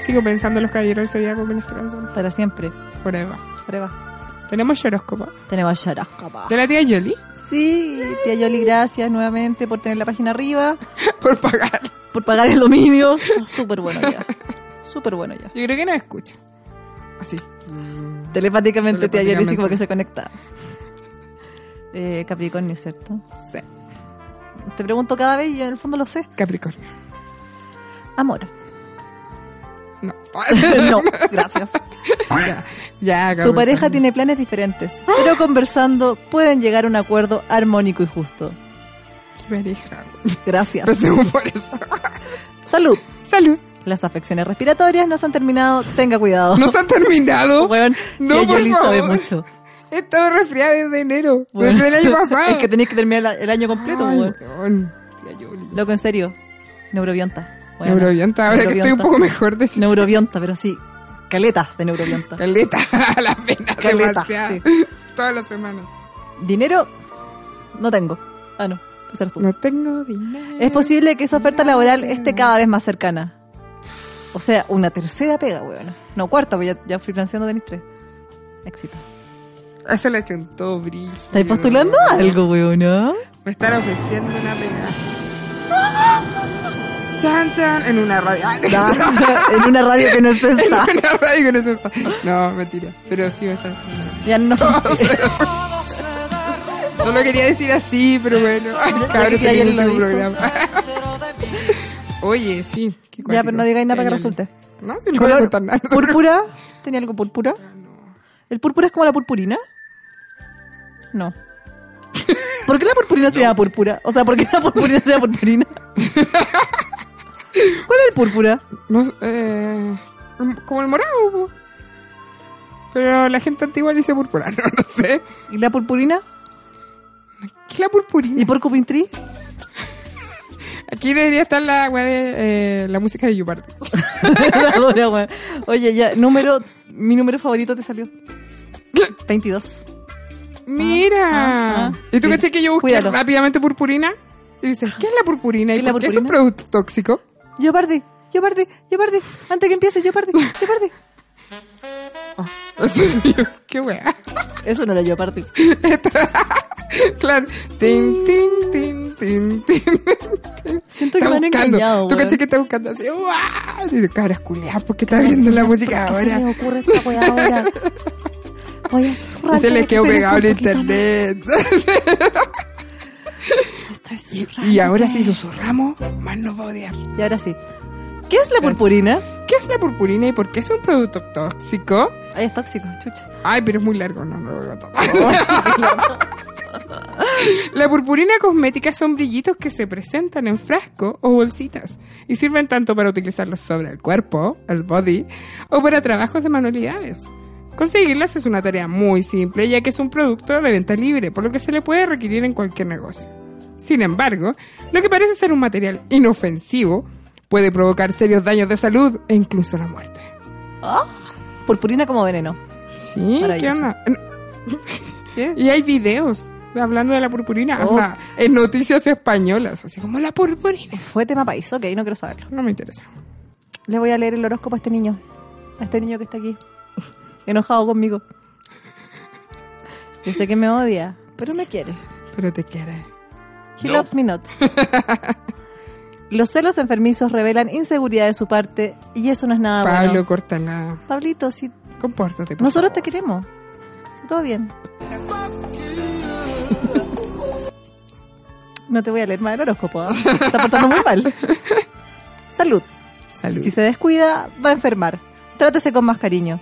Speaker 2: Sigo pensando en los caballeros del zodiaco con esperanza.
Speaker 3: Para siempre.
Speaker 2: Por ahí va.
Speaker 3: Prueba.
Speaker 2: Tenemos horóscopo.
Speaker 3: Tenemos Yarascapa.
Speaker 2: De la tía Yoli.
Speaker 3: Sí, tía Yoli, gracias nuevamente por tener la página arriba,
Speaker 2: Por pagar.
Speaker 3: por pagar el dominio. Súper bueno ya. Súper bueno ya.
Speaker 2: Yo creo que no escucha. Así.
Speaker 3: Telepáticamente, tía Yoli sí
Speaker 2: Telepáticamente.
Speaker 3: como que se conecta. Eh, Capricornio, ¿cierto?
Speaker 2: Sí.
Speaker 3: Te pregunto cada vez y yo en el fondo lo sé.
Speaker 2: Capricornio.
Speaker 3: Amor.
Speaker 2: No.
Speaker 3: no, gracias.
Speaker 2: ya. ya
Speaker 3: Su pareja
Speaker 2: Capricornio.
Speaker 3: tiene planes diferentes, pero conversando pueden llegar a un acuerdo armónico y justo.
Speaker 2: ¿Qué pareja?
Speaker 3: Gracias.
Speaker 2: Empecemos por eso.
Speaker 3: Salud.
Speaker 2: Salud.
Speaker 3: Las afecciones respiratorias nos han terminado. Tenga cuidado.
Speaker 2: Nos han terminado.
Speaker 3: Weón,
Speaker 2: No,
Speaker 3: tía
Speaker 2: por
Speaker 3: Yoli sabe
Speaker 2: favor.
Speaker 3: mucho.
Speaker 2: He estado resfriada desde enero.
Speaker 3: Weón.
Speaker 2: Desde el año pasado.
Speaker 3: es que tenéis que terminar la- el año completo,
Speaker 2: Ay,
Speaker 3: weón.
Speaker 2: weón. Tía Yoli.
Speaker 3: Loco, en serio. Neurobionta. Weón.
Speaker 2: Neurobianta, ahora que estoy un
Speaker 3: Neurobionta.
Speaker 2: poco mejor de sin
Speaker 3: Neurobionta, pero sí. Caletas de neurobionta.
Speaker 2: caleta, la pena
Speaker 3: Caleta,
Speaker 2: demasiado. Todas las semanas.
Speaker 3: Dinero no tengo. Ah, no. esa eres tú.
Speaker 2: No tengo dinero.
Speaker 3: Es posible que esa oferta laboral esté cada vez más cercana. O sea, una tercera pega, weón. No, cuarta, porque ya, ya freelanceando tenéis tres. Éxito.
Speaker 2: Ah, Se la chuntó, brillo.
Speaker 3: ¿Estáis postulando
Speaker 2: Mm.
Speaker 3: algo, weón? ¿no?
Speaker 2: Me están ofreciendo una pega. Chan, chan, en una radio. Ah,
Speaker 3: en una radio que no es
Speaker 2: en
Speaker 3: esta.
Speaker 2: una radio que no es esta. No, mentira. Pero sí me están haciendo.
Speaker 3: Ya no.
Speaker 2: No lo quería decir así, pero bueno. Ay, cabrón,
Speaker 3: Ya
Speaker 2: te
Speaker 3: ayer
Speaker 2: lindo
Speaker 3: lo
Speaker 2: tu
Speaker 3: dijo.
Speaker 2: programa. Oye, sí. qué
Speaker 3: Ya,
Speaker 2: cuático.
Speaker 3: pero no digáis nada para que
Speaker 2: Ya, ya.
Speaker 3: resulte.
Speaker 2: No, si no voy a
Speaker 3: Color
Speaker 2: contar nada.
Speaker 3: ¿Púrpura? ¿Tenía algo púrpura? ¿El púrpura es como la purpurina? No. ¿Por qué la purpurina se llama púrpura? O sea, ¿por qué la purpurina se llama purpurina? ¿Cuál es el púrpura?
Speaker 2: No, eh, como el morado. po. Pero la gente antigua le dice púrpura, no, no sé.
Speaker 3: ¿Y la purpurina?
Speaker 2: ¿Qué es la purpurina?
Speaker 3: ¿Y por Cupintree?
Speaker 2: Aquí debería estar la weá de eh, la música de Yupardi.
Speaker 3: Adora, weón. Oye, ya, número, mi número favorito te salió. 22.
Speaker 2: Mira.
Speaker 3: Ah, ah, ah.
Speaker 2: ¿Y tú
Speaker 3: Mira,
Speaker 2: caché que yo busqué
Speaker 3: cuídalo.
Speaker 2: rápidamente purpurina? Y dices, ¿qué es la purpurina?
Speaker 3: ¿Qué
Speaker 2: ¿Y
Speaker 3: es la
Speaker 2: por qué es un
Speaker 3: purpurina?
Speaker 2: producto tóxico?
Speaker 3: Yo perdí, yo perdí, yo perdí. Antes que empiece, yo perdí, yo perdí.
Speaker 2: Ah, en serio, qué weá.
Speaker 3: Eso no era yo perdí.
Speaker 2: claro. Tin, tin, tin, tin, tin.
Speaker 3: Siento que
Speaker 2: Está
Speaker 3: me han engañado.
Speaker 2: buscando. Tú
Speaker 3: weón.
Speaker 2: caché que está buscando así. ¡Wow! Dice, cabras culiadas, ¿por qué está viendo la música
Speaker 3: ¿Por qué
Speaker 2: ahora?
Speaker 3: Se me ocurre esta weá ahora. Voy a susurrar.
Speaker 2: Y se les quedó pegado en
Speaker 3: el
Speaker 2: internet.
Speaker 3: Estoy susurrando.
Speaker 2: y ahora si susurramos, más nos va a odiar.
Speaker 3: Y ahora sí. ¿Qué es la purpurina?
Speaker 2: ¿Qué es la purpurina y por qué es un producto tóxico?
Speaker 3: Ay, es tóxico, chucha.
Speaker 2: Ay, pero es muy largo, no, no lo voy a contar. La purpurina cosmética son brillitos que se presentan en frasco o bolsitas y sirven tanto para utilizarlos sobre el cuerpo, el body, o para trabajos de manualidades. Conseguirlas es una tarea muy simple ya que es un producto de venta libre, por lo que se le puede requerir en cualquier negocio. Sin embargo, lo que parece ser un material inofensivo puede provocar serios daños de salud e incluso la muerte.
Speaker 3: Purpurina como veneno.
Speaker 2: Sí, ¿qué
Speaker 3: Maravilloso.
Speaker 2: onda?
Speaker 3: ¿Qué?
Speaker 2: Y hay videos hablando de la purpurina,
Speaker 3: Oh.
Speaker 2: hasta en noticias españolas, así como la purpurina.
Speaker 3: Fue tema país, ok, no quiero saberlo.
Speaker 2: No me interesa.
Speaker 3: Le voy a leer el horóscopo a este niño. A este niño que está aquí. Enojado conmigo. Yo sé que me odia, pero me quiere.
Speaker 2: Pero te quiere.
Speaker 3: He loves me not. Los celos enfermizos revelan inseguridad de su parte y eso no es nada
Speaker 2: Pablo,
Speaker 3: Ah, bueno.
Speaker 2: córtala.
Speaker 3: Pablito, si
Speaker 2: Compórtate. por
Speaker 3: nosotros te
Speaker 2: favor.
Speaker 3: queremos. Todo bien. No te voy a leer más el horóscopo. ¿ah? Está portando muy mal. Salud.
Speaker 2: Salud.
Speaker 3: Si se descuida, va a enfermar. Trátese con más cariño.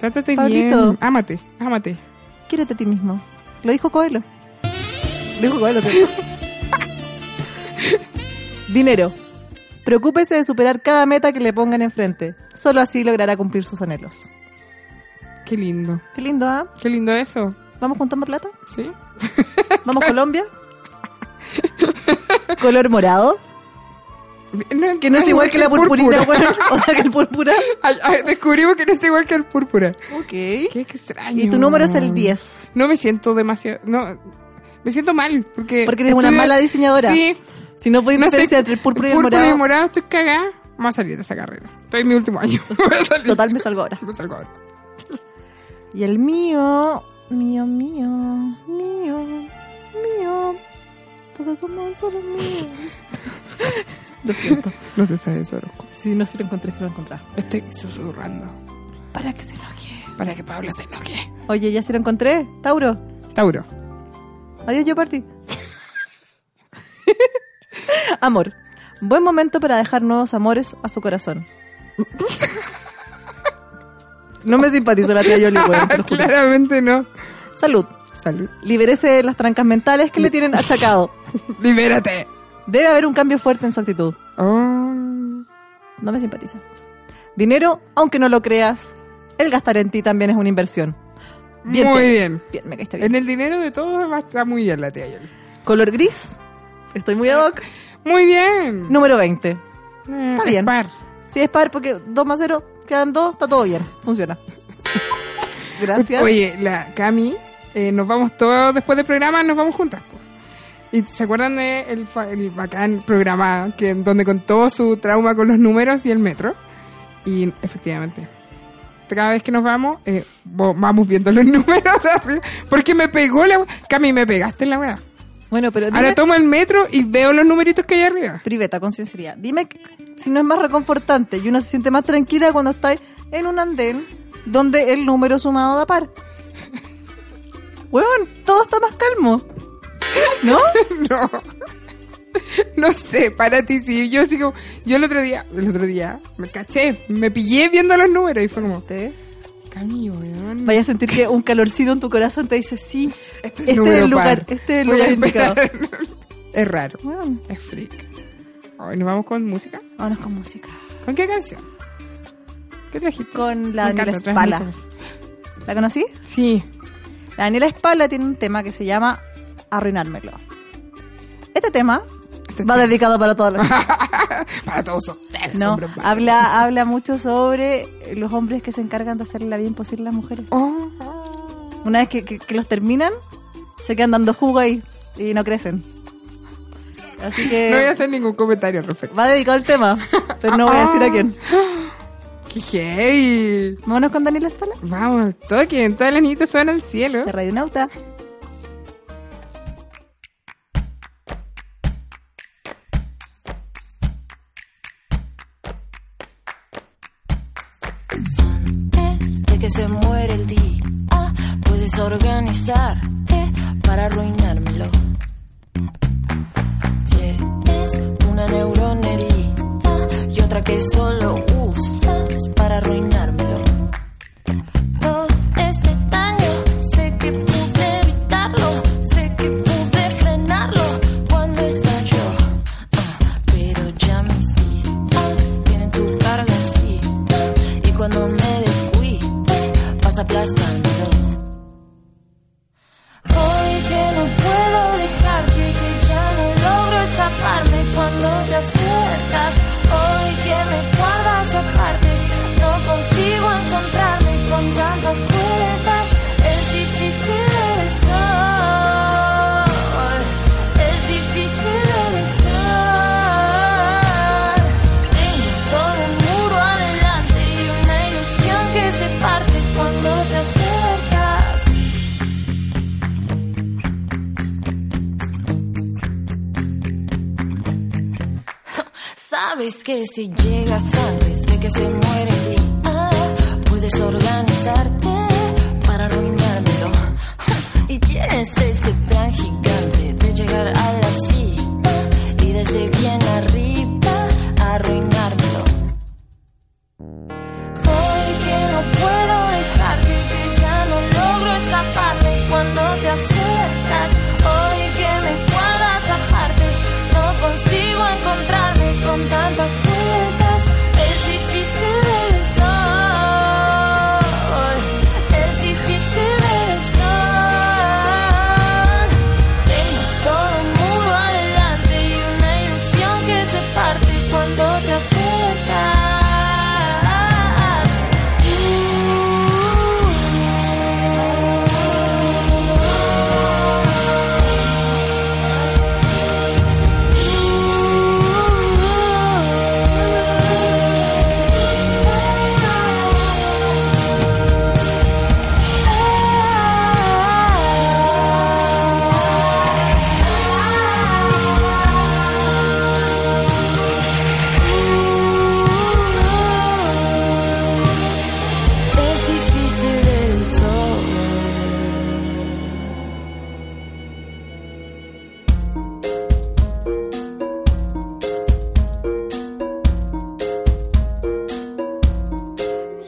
Speaker 2: Trátate
Speaker 3: Pablito.
Speaker 2: bien. Ámate, ámate.
Speaker 3: Quiérete a ti mismo. Lo dijo Coelho. Lo dijo Coelho. ¿cierto? Dinero. Preocúpese de superar cada meta que le pongan enfrente. Solo así logrará cumplir sus anhelos.
Speaker 2: Qué lindo.
Speaker 3: Qué lindo, ¿ah?
Speaker 2: Qué lindo eso.
Speaker 3: ¿Vamos juntando plata?
Speaker 2: ¿Sí?
Speaker 3: ¿Vamos a Colombia? Color morado. Que no es igual que la purpurina, weón. O sea, que el púrpura.
Speaker 2: Ay, ay, descubrimos que no es igual que el púrpura.
Speaker 3: Ok.
Speaker 2: Qué extraño.
Speaker 3: Y tu número es el 10.
Speaker 2: No me siento demasiado. No, me siento mal. Porque,
Speaker 3: Porque eres una
Speaker 2: estoy-
Speaker 3: mala diseñadora.
Speaker 2: Sí,
Speaker 3: Si no puedes
Speaker 2: No sé,
Speaker 3: diferenciar entre el púrpura y el morado.
Speaker 2: estoy cagada. Vamos a salir de esa carrera. Estoy estoy en mi último año. Voy a salir.
Speaker 3: Total, me salgo ahora.
Speaker 2: Me salgo ahora.
Speaker 3: Y el mío, mío, mío, mío, mío. Todos somos solo míos. Lo siento.
Speaker 2: No se sabe su horóscopo.
Speaker 3: Si no se lo encontré, es que lo encontré.
Speaker 2: Estoy susurrando
Speaker 3: Para que se enoje.
Speaker 2: para que Pablo se enoje.
Speaker 3: Oye, ya se lo encontré. Tauro.
Speaker 2: Tauro.
Speaker 3: Adiós, yo partí. Amor. Buen momento para dejar nuevos amores a su corazón. No me simpatiza la tía Yoli, weón, te lo juro.
Speaker 2: Claramente no.
Speaker 3: Salud.
Speaker 2: Salud.
Speaker 3: Libérese de las trancas mentales que le tienen achacado.
Speaker 2: Libérate.
Speaker 3: Debe haber un cambio fuerte en su actitud.
Speaker 2: Oh.
Speaker 3: No me simpatizas. Dinero, aunque no lo creas, el gastar en ti también es una inversión. Bien,
Speaker 2: Muy
Speaker 3: te-
Speaker 2: bien.
Speaker 3: Bien, me caíste bien.
Speaker 2: En e- el dinero de todos va a estar muy bien la tía Yoli.
Speaker 3: Color gris. Estoy muy ad hoc.
Speaker 2: Muy bien.
Speaker 3: Número 20.
Speaker 2: Eh,
Speaker 3: está
Speaker 2: es
Speaker 3: bien.
Speaker 2: par.
Speaker 3: Si es par, porque 2 más 0 quedan 2, está todo bien. Funciona. Gracias.
Speaker 2: Oye, la Cami, eh, nos vamos todos después del programa, nos vamos juntas. po. ¿Y se acuerdan de el, fa- el bacán programa que donde contó su trauma con los números y el metro? Y efectivamente, cada vez que nos vamos, eh, vo- vamos viendo los números de arriba, Porque me pegó la... Cami, me pegaste en la weá.
Speaker 3: bueno, pero dime,
Speaker 2: Ahora tomo el metro y veo los numeritos que hay arriba.
Speaker 3: Priveta, con sinceridad. Dime que- si no es más reconfortante y uno se siente más tranquila cuando estáis en un andén donde el número sumado da par. Weón, todo está más calmo. ¿No?
Speaker 2: No. No sé, para ti sí. Yo sigo... Yo el otro día, el otro día, me caché, me pillé viendo los números y fue como...
Speaker 3: Te-
Speaker 2: Cami, weón.
Speaker 3: Vaya a sentir que un calorcito en tu corazón te dice sí.
Speaker 2: Este
Speaker 3: es el
Speaker 2: número
Speaker 3: lugar,
Speaker 2: par.
Speaker 3: este es el
Speaker 2: Voy a
Speaker 3: lugar
Speaker 2: esperar. Es raro,
Speaker 3: Weón,
Speaker 2: es freak. Hoy nos vamos con música.
Speaker 3: vámonos con música.
Speaker 2: ¿Con qué canción? ¿Qué trajiste?
Speaker 3: Con la
Speaker 2: Me encanta,
Speaker 3: Daniela
Speaker 2: traes
Speaker 3: Espala.
Speaker 2: mucha música.
Speaker 3: ¿La conocí?
Speaker 2: Sí.
Speaker 3: La Daniela Espala tiene un tema que se llama Arruinármelo. Este tema
Speaker 2: Este
Speaker 3: va
Speaker 2: tema.
Speaker 3: dedicado para todas las
Speaker 2: Para todos ustedes.
Speaker 3: No,
Speaker 2: hombres malos.
Speaker 3: habla, habla mucho sobre los hombres que se encargan de hacerle la vida imposible a las mujeres.
Speaker 2: Oh,
Speaker 3: Una vez que, que- que los terminan, se quedan dando jugo ahí y no crecen. Así que
Speaker 2: No voy a hacer ningún comentario al respecto.
Speaker 3: va dedicado el tema, pero no voy a decir a quién.
Speaker 2: ¡Qué hey!
Speaker 3: Vámonos con Daniela Espala,
Speaker 2: Vamos al toque. Todas las niñitas suenan al cielo.
Speaker 3: de Radio Nauta.
Speaker 8: Desde que se muere el día, puedes organizarte para arruinármelo. Tienes una neurona herida y otra que solo usas para arruinármelo. Todo este daño, sé que pude evitarlo, sé que pude frenarlo cuando estalló. Ah, pero ya mis días tienen tu carga encima y cuando me descuide vas aplastándolos. Hoy que no puedo dejarte y que ya no logro escaparme cuando te acercas. Hoy que me guardas aparte, no consigo encontrarme con tantas puertas. Es difícil el sol, es difícil el sol. Tengo todo el muro adelante y una ilusión que se parte cuando te acercas. Sabes que si llegas antes de que se muere el día, puedes organizarte para arruinármelo. Y tienes ese plan gigante de llegar a la cima y desde bien arriba arruinármelo. Hoy que no puedo dejarte, que ya no logro escaparme cuando te acercas. Hoy que me guardas aparte, no consigo encontrarme con tantas vueltas. Es difícil el sol, es difícil el sol. Tengo todo el mundo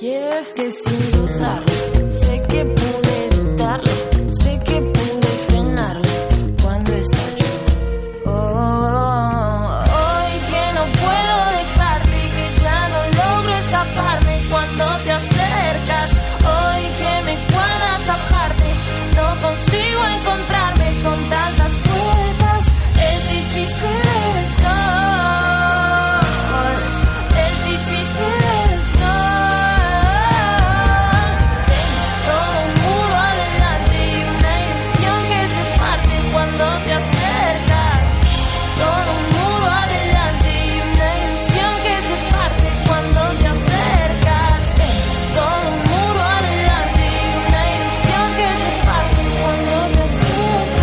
Speaker 8: es que sin dudarlo, sé que pude evitarlo, sé que pude frenarlo cuando estalló. Oh, hoy que no puedo dejarte y que ya no logro escaparme cuando te acercas. Hoy que me cuadras aparte, no consigo encontrarme con tantas puertas. Es difícil el sol, es difícil el sol. Todo un muro adelante y una ilusión que se parte cuando te acercas. Todo un muro adelante y una ilusión que se parte cuando te acercas. Todo un muro adelante y una ilusión que se parte cuando te acercas.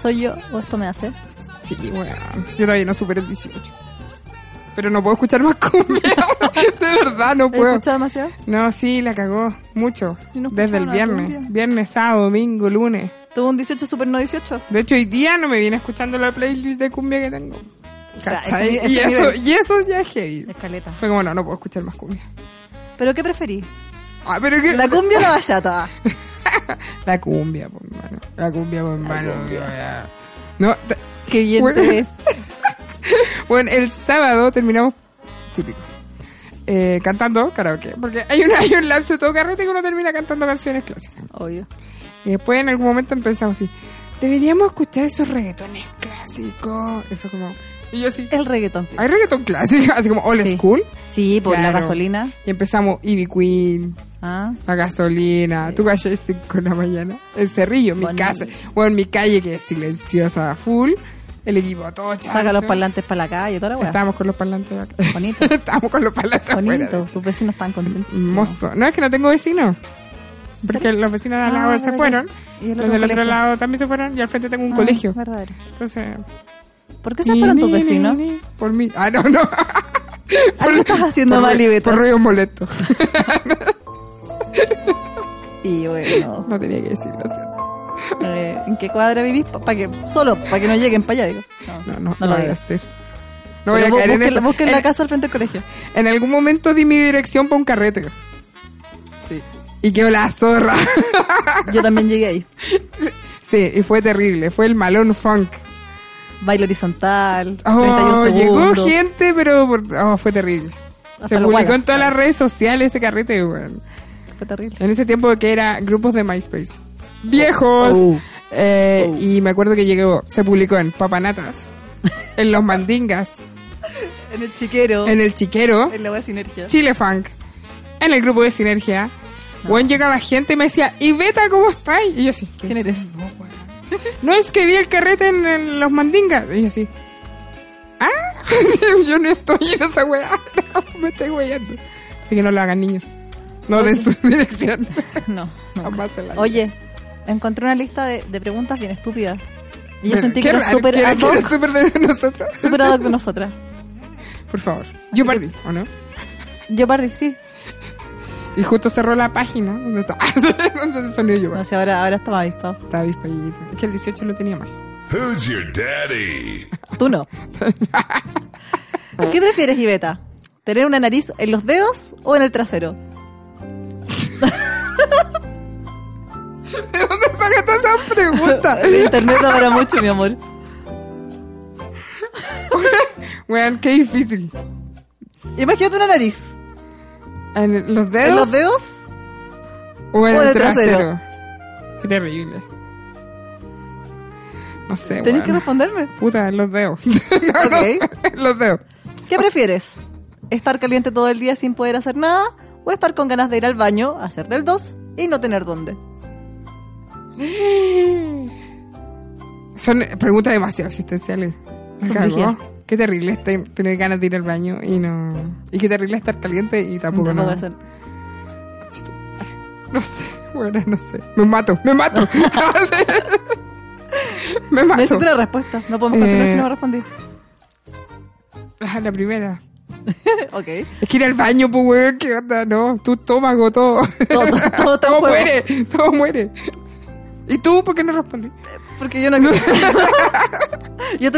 Speaker 3: ¿Soy yo o esto me hace?
Speaker 2: Sí, bueno. Yo todavía no supero el 18. Pero no puedo escuchar más cumbia. de verdad, no
Speaker 3: ¿He
Speaker 2: puedo.
Speaker 3: escuchado demasiado?
Speaker 2: No, sí, la cagó. Mucho.
Speaker 3: Y no
Speaker 2: Desde el
Speaker 3: escuchaba
Speaker 2: viernes.
Speaker 3: cumbia.
Speaker 2: Viernes, sábado, domingo, lunes.
Speaker 3: Tuvo un 18 super no 18.
Speaker 2: De hecho, hoy día no me viene escuchando la playlist de cumbia que tengo.
Speaker 3: sea,
Speaker 2: ¿Cachai?
Speaker 3: ese- ese
Speaker 2: y, eso,
Speaker 3: nivel.
Speaker 2: y eso ya es heavy.
Speaker 3: Escaleta.
Speaker 2: Fue como, no, no puedo escuchar más cumbia.
Speaker 3: ¿Pero qué preferís?
Speaker 2: Ah, pero que...
Speaker 3: ¿La cumbia o la bachata?
Speaker 2: La cumbia, por mano. La cumbia, por mano. ya. No, t-
Speaker 3: Qué bien
Speaker 2: Bueno.
Speaker 3: te ves.
Speaker 2: bueno, el sábado terminamos típico. eh, cantando karaoke. Porque hay, una, hay un lapso de todo carrete que uno termina cantando canciones clásicas.
Speaker 3: Obvio.
Speaker 2: Y después en algún momento empezamos así, deberíamos escuchar esos reggaetones clásicos. Y fue como... Y yo así,
Speaker 3: El reggaetón.
Speaker 2: ¿hay reggaetón clásico? Así como old
Speaker 3: Sí.
Speaker 2: school.
Speaker 3: Sí, por la
Speaker 2: Claro.
Speaker 3: gasolina.
Speaker 2: Y empezamos Ivy Queen,
Speaker 3: Ah.
Speaker 2: la gasolina, tú calles 5 de la mañana, el cerrillo, mi
Speaker 3: Bonito.
Speaker 2: casa, bueno, mi calle que es silenciosa a full, el equipo todo chancho.
Speaker 3: Saca los parlantes para la calle, toda la weá.
Speaker 2: Estábamos con los parlantes acá.
Speaker 3: Bonito.
Speaker 2: Estábamos con los parlantes afuera.
Speaker 3: Bonito. Tus vecinos están contentos.
Speaker 2: Hermoso. No, es que no tengo vecinos. Porque los vecinos de al
Speaker 3: Ah,
Speaker 2: lado se
Speaker 3: verdad.
Speaker 2: fueron,
Speaker 3: Y el
Speaker 2: los
Speaker 3: otro
Speaker 2: del otro
Speaker 3: colegio.
Speaker 2: lado también se fueron, y al frente tengo un
Speaker 3: Ah,
Speaker 2: colegio.
Speaker 3: Verdadero.
Speaker 2: Entonces.
Speaker 3: ¿Por qué se Pues fueron tus vecinos?
Speaker 2: Por mí. Ah, no, no.
Speaker 3: Algo estás haciendo
Speaker 2: por,
Speaker 3: mal, Iveta.
Speaker 2: Por ruido molesto.
Speaker 3: Y bueno,
Speaker 2: No tenía que decirlo, ¿cierto?
Speaker 3: eh, ¿en qué cuadra vivís? Pa- pa' que, solo, para que no lleguen para allá. Digo.
Speaker 2: No, no, no, lo
Speaker 3: no lo
Speaker 2: voy a
Speaker 3: digas.
Speaker 2: hacer. No voy a
Speaker 3: Pero bu-
Speaker 2: caer en
Speaker 3: busquen-
Speaker 2: eso.
Speaker 3: Busquen
Speaker 2: en,
Speaker 3: la casa al frente del colegio.
Speaker 2: en algún momento di mi dirección para un carrete.
Speaker 3: Sí.
Speaker 2: Y quedó la zorra.
Speaker 3: Yo también llegué ahí.
Speaker 2: sí, y fue terrible. Fue el malón funk.
Speaker 3: Baile horizontal,
Speaker 2: Oh,
Speaker 3: 31
Speaker 2: llegó
Speaker 3: segundos.
Speaker 2: gente, pero por- oh, fue terrible.
Speaker 3: Hasta
Speaker 2: Se
Speaker 3: los
Speaker 2: publicó
Speaker 3: Wallace,
Speaker 2: en todas
Speaker 3: claro.
Speaker 2: las redes sociales ese carrete, weón.
Speaker 3: Fue terrible.
Speaker 2: En ese tiempo que era grupos de MySpace. Viejos.
Speaker 3: Oh.
Speaker 2: Eh,
Speaker 3: Oh.
Speaker 2: Y me acuerdo que llegó, se publicó en Papanatas, en Los Mandingas,
Speaker 3: En el chiquero, en,
Speaker 2: en El Chiquero,
Speaker 3: la wea sinergia.
Speaker 2: Chile Funk, en el grupo de Sinergia. Weón, llegaba gente y me decía, ¿y Beta cómo estás? Y yo así, ¿qué
Speaker 3: ¿Quién
Speaker 2: es
Speaker 3: eres?
Speaker 2: No es que vi el carrete en, en los mandingas. Y yo así. ¡Ah! yo no estoy en esa weá. No, me estoy weyando. Así que no lo hagan, niños. No den su dirección.
Speaker 3: No, no.
Speaker 2: Jamás se la digo.
Speaker 3: Oye, encontré una lista de, de preguntas bien estúpidas. Y yo
Speaker 2: Pero, qué
Speaker 3: sentí que era
Speaker 2: raro,
Speaker 3: súper
Speaker 2: ¿quiere-
Speaker 3: ad
Speaker 2: quiere
Speaker 3: hoc,
Speaker 2: súper de nosotros?
Speaker 3: súper ad hoc de nosotras.
Speaker 2: Por favor. Yo perdí, ¿o no?
Speaker 3: Yo perdí, sí.
Speaker 2: Y justo cerró la página donde está. donde salió yo.
Speaker 3: No sé, ahora, ahora estaba avispado.
Speaker 2: Estaba avispadita. Es que el 18 lo tenía mal.
Speaker 9: Who's your daddy?
Speaker 3: Tú no. ¿Qué prefieres, Iveta? ¿Tener una nariz en los dedos o en el trasero?
Speaker 2: ¿De dónde sacaste esa pregunta?
Speaker 3: El internet da para mucho, mi amor.
Speaker 2: Weón, qué difícil.
Speaker 3: Imagínate una nariz.
Speaker 2: ¿En los dedos?
Speaker 3: ¿En los dedos?
Speaker 2: O en
Speaker 3: O
Speaker 2: el
Speaker 3: en el
Speaker 2: trasero.
Speaker 3: trasero.
Speaker 2: Qué terrible. No sé,
Speaker 3: Tenés que
Speaker 2: weón.
Speaker 3: responderme.
Speaker 2: Puta, los dedos. No, no sé, los dedos.
Speaker 3: ¿Qué prefieres? ¿Estar caliente todo el día sin poder hacer nada? ¿O estar con ganas de ir al baño, hacer del 2 y no tener dónde?
Speaker 2: Son preguntas demasiado existenciales. Me
Speaker 3: Son
Speaker 2: cagó.
Speaker 3: brígidas.
Speaker 2: Qué terrible es te- tener ganas de ir al baño y no... Y qué terrible estar caliente y tampoco
Speaker 3: No
Speaker 2: Ah, no.
Speaker 3: puedo hacer-
Speaker 2: No sé, bueno, no sé. Me mato, me mato. me mato.
Speaker 3: Necesito una respuesta. No podemos continuar
Speaker 2: Eh,
Speaker 3: si no me respondí.
Speaker 2: Ah, la primera.
Speaker 3: ok.
Speaker 2: Es que ir al baño, pues, weón, qué onda, no, tu estómago, todo.
Speaker 3: Todo, todo, todo
Speaker 2: Todo
Speaker 3: juego.
Speaker 2: muere, todo muere. ¿Y tú por qué no respondí?
Speaker 3: Porque yo no. yo estoy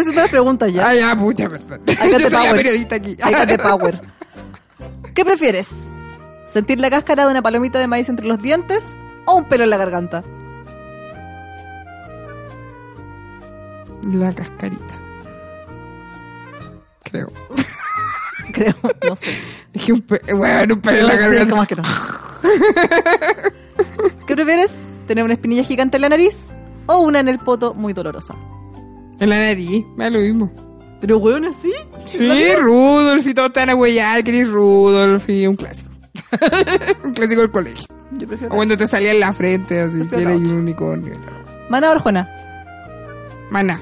Speaker 3: haciendo las preguntas ya.
Speaker 2: Ah, ya, pucha, perdón.
Speaker 3: I
Speaker 2: Yo
Speaker 3: got
Speaker 2: soy
Speaker 3: the
Speaker 2: la
Speaker 3: power.
Speaker 2: periodista aquí.
Speaker 3: I got the power. ¿Qué prefieres? ¿Sentir la cáscara de una palomita de maíz entre los dientes o un pelo en la garganta?
Speaker 2: La cascarita. Creo.
Speaker 3: Creo, no sé.
Speaker 2: Es que un pe... Bueno, un pelo en la
Speaker 3: No sé,
Speaker 2: garganta.
Speaker 3: ¿cómo es que no? ¿Qué prefieres? ¿Tener una espinilla gigante en la nariz o una en el poto muy dolorosa?
Speaker 2: En la nariz, me da lo mismo.
Speaker 3: Pero weón, así.
Speaker 2: Sí, Rudolf y todo te van a huellar, que eres Rudolf y un clásico. un clásico del colegio.
Speaker 3: Yo
Speaker 2: O
Speaker 3: prefiero.
Speaker 2: cuando te salía en la frente, así, que
Speaker 3: Prefiero
Speaker 2: era
Speaker 3: la
Speaker 2: un unicornio.
Speaker 3: Mana Orjona.
Speaker 2: Maná.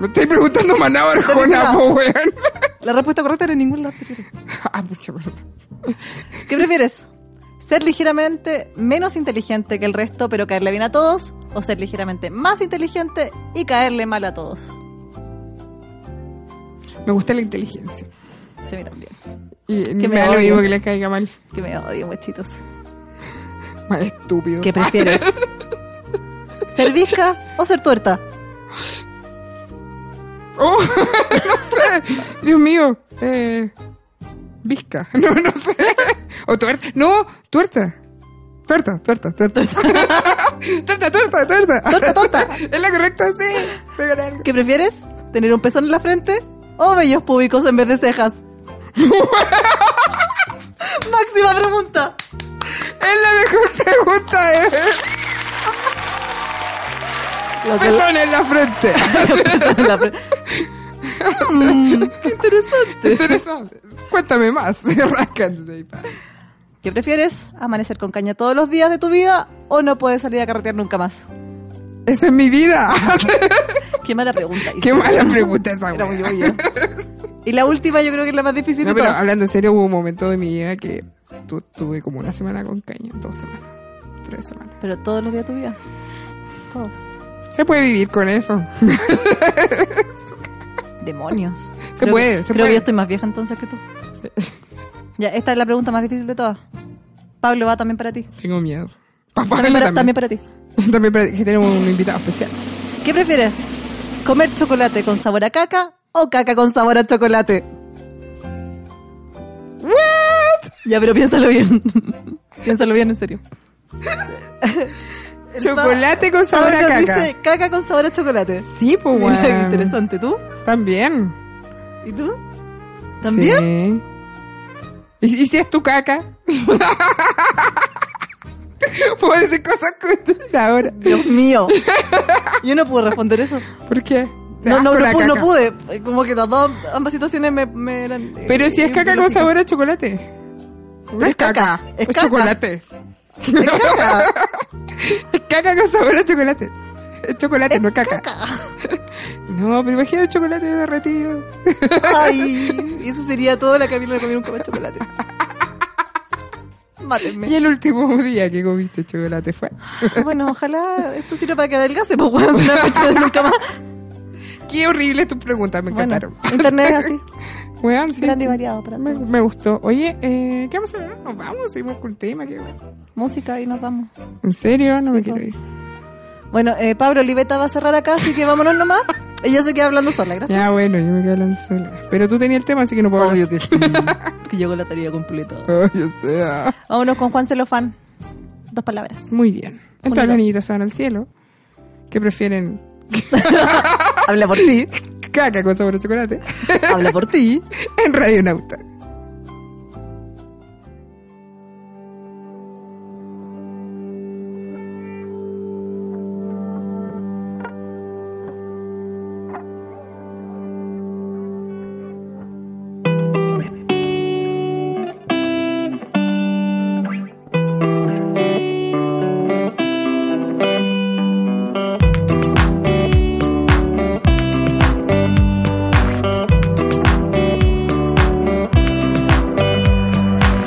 Speaker 2: Me estoy preguntando Maná o Arjona,
Speaker 3: Terminado.
Speaker 2: po, weón.
Speaker 3: La respuesta correcta era ningún lado.
Speaker 2: ah, pucha, perdón.
Speaker 3: ¿Qué prefieres? ¿Ser ligeramente menos inteligente que el resto pero caerle bien a todos? ¿O ser ligeramente más inteligente y caerle mal a todos?
Speaker 2: Me gusta la inteligencia.
Speaker 3: Sí, a mí también.
Speaker 2: Y
Speaker 3: me
Speaker 2: me, da lo
Speaker 3: odio.
Speaker 2: mismo que le caiga mal.
Speaker 3: Que me odio, muchitos.
Speaker 2: Más estúpido.
Speaker 3: ¿Qué prefieres? ¿Ser visca o ser tuerta?
Speaker 2: Oh, no sé. Dios mío. Eh, visca. No, no sé. O tuerta. No, tuerta. Tuerta, tuerta, tuerta. tuerta, tuerta, tuerta.
Speaker 3: Tuerta, tuerta.
Speaker 2: Es la correcta, sí. Pegar algo.
Speaker 3: ¿Qué prefieres? ¿Tener un pezón en la frente o vellos públicos en vez de cejas? Máxima pregunta.
Speaker 2: Es la mejor pregunta, eh.
Speaker 3: Lo que-
Speaker 2: Pezón en la frente.
Speaker 3: pezón en la fre- Mm, qué interesante.
Speaker 2: Interesante. Cuéntame más. Rascate de ahí, pa.
Speaker 3: ¿Qué prefieres? ¿Amanecer con caña todos los días de tu vida o no puedes salir a carretear nunca más?
Speaker 2: Esa es mi vida.
Speaker 3: Qué mala pregunta. hice.
Speaker 2: Qué mala pregunta esa,
Speaker 3: Era muy
Speaker 2: weá.
Speaker 3: obvia. Y la última yo creo que es la más difícil
Speaker 2: No,
Speaker 3: de
Speaker 2: pero
Speaker 3: todas.
Speaker 2: hablando en serio, hubo un momento de mi vida que tu- tuve como una semana con caña, dos semanas, tres semanas.
Speaker 3: Pero todos los días de tu vida. Todos.
Speaker 2: Se puede vivir con eso.
Speaker 3: Demonios.
Speaker 2: Se
Speaker 3: Creo
Speaker 2: puede,
Speaker 3: que-
Speaker 2: se
Speaker 3: Creo
Speaker 2: puede.
Speaker 3: que yo estoy más vieja entonces que tú. Ya, esta es la pregunta más difícil de todas. Pablo, va también para ti.
Speaker 2: Tengo miedo. Papá,
Speaker 3: También para,
Speaker 2: también.
Speaker 3: también
Speaker 2: También,
Speaker 3: para ti.
Speaker 2: para- que tenemos un invitado especial.
Speaker 3: ¿Qué prefieres? ¿Comer chocolate con sabor a caca o caca con sabor a chocolate? ¿What? Ya, pero piénsalo bien. piénsalo bien, en serio. El
Speaker 2: Chocolate con sabor a
Speaker 3: Pablo
Speaker 2: caca.
Speaker 3: Dice caca con sabor a chocolate.
Speaker 2: Sí, pues,
Speaker 3: Mira, qué
Speaker 2: weón.
Speaker 3: interesante. ¿Tú?
Speaker 2: También.
Speaker 3: ¿Y tú? ¿También?
Speaker 2: Sí. ¿Y, si- y si es tu caca? Puedo decir cosas con ahora.
Speaker 3: Dios mío. Yo no pude responder eso.
Speaker 2: ¿Por qué? Te
Speaker 3: No,
Speaker 2: das
Speaker 3: no,
Speaker 2: con
Speaker 3: no,
Speaker 2: la
Speaker 3: pude, no
Speaker 2: caca.
Speaker 3: pude. Como que las dos, ambas situaciones me, me eran. eh,
Speaker 2: Pero si es caca con
Speaker 3: ideológicas.
Speaker 2: sabor a chocolate. No es caca,
Speaker 3: caca, es
Speaker 2: es,
Speaker 3: caca.
Speaker 2: chocolate.
Speaker 3: Es caca.
Speaker 2: Es caca con sabor a chocolate. Es chocolate, no es caca. No, pero imagina un chocolate derretido.
Speaker 3: Ay, y eso sería todo la Camila de comer un comer chocolate.
Speaker 2: Y
Speaker 3: Mátenme.
Speaker 2: el último día que comiste chocolate fue.
Speaker 3: Bueno, ojalá esto sirva para que adelgace, pues bueno, si no fecha de nunca más.
Speaker 2: Qué horrible tus preguntas, me
Speaker 3: Bueno,
Speaker 2: encantaron.
Speaker 3: internet es así,
Speaker 2: Weón, sí.
Speaker 3: grande y variado para
Speaker 2: Me,
Speaker 3: todos.
Speaker 2: me gustó. Oye, eh, ¿qué vamos a hablar? Nos vamos, seguimos con el tema. qué bueno.
Speaker 3: Música y nos vamos.
Speaker 2: ¿En serio? No me quiero
Speaker 3: po.
Speaker 2: ir.
Speaker 3: Bueno, eh, Pablo Oliveta va a cerrar acá, así que vámonos nomás. Ella se queda hablando sola, gracias.
Speaker 2: Ya, bueno, yo me quedo hablando sola. Pero tú tenías el tema, así que no puedo
Speaker 3: Obvio que sí, que yo con la tarea completa.
Speaker 2: hablar. Ay, o sea.
Speaker 3: Vámonos con Juan Celofán. Dos palabras.
Speaker 2: Muy bien.
Speaker 3: Unidos.
Speaker 2: Entonces los niñitos se van al cielo. ¿Qué prefieren?
Speaker 3: Habla por ti,
Speaker 2: Caca con sabor a chocolate.
Speaker 3: habla por ti.
Speaker 2: en Radio Nauta.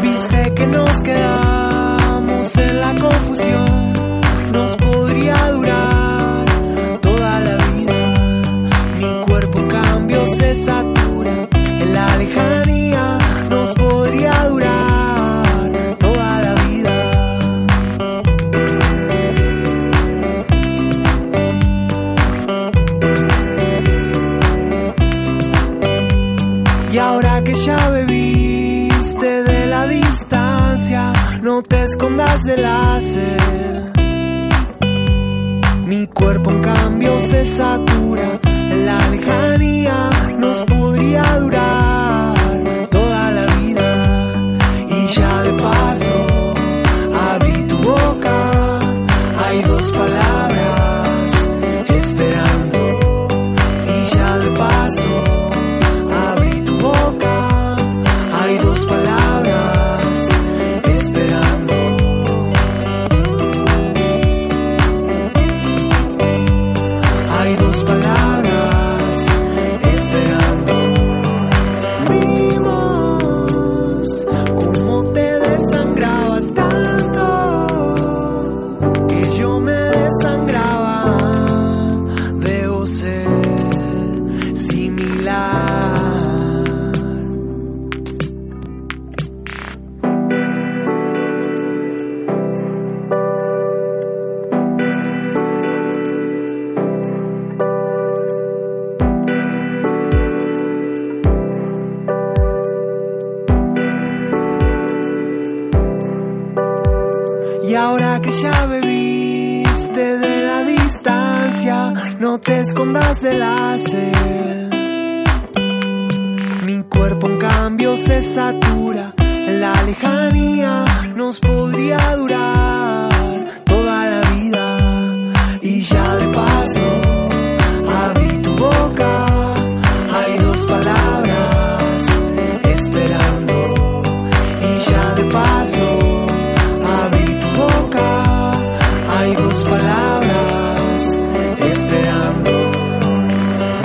Speaker 10: Viste que nos quedamos en la confusión. Nos podría durar toda la vida. Mi cuerpo en cambio se satura.
Speaker 5: te escondas del láser. Mi cuerpo en cambio se satura, la lejanía nos podría durar toda la vida. Y ya de paso, abrí tu boca, hay dos palabras esperando. Y ya de paso, abrí tu boca, hay dos palabras esperando. Hay dos palabras esperando. Vimos cómo te desangrabas tanto que yo me desangraba. Debo ser similar. Y ahora que ya bebiste de la distancia, no te escondas del hacer. Mi cuerpo en cambio se satura, la lejanía nos podría durar toda la vida. Y ya de paso, abrí tu boca, hay dos palabras esperando. Y ya de paso, Abrí tu boca, hay dos palabras esperando.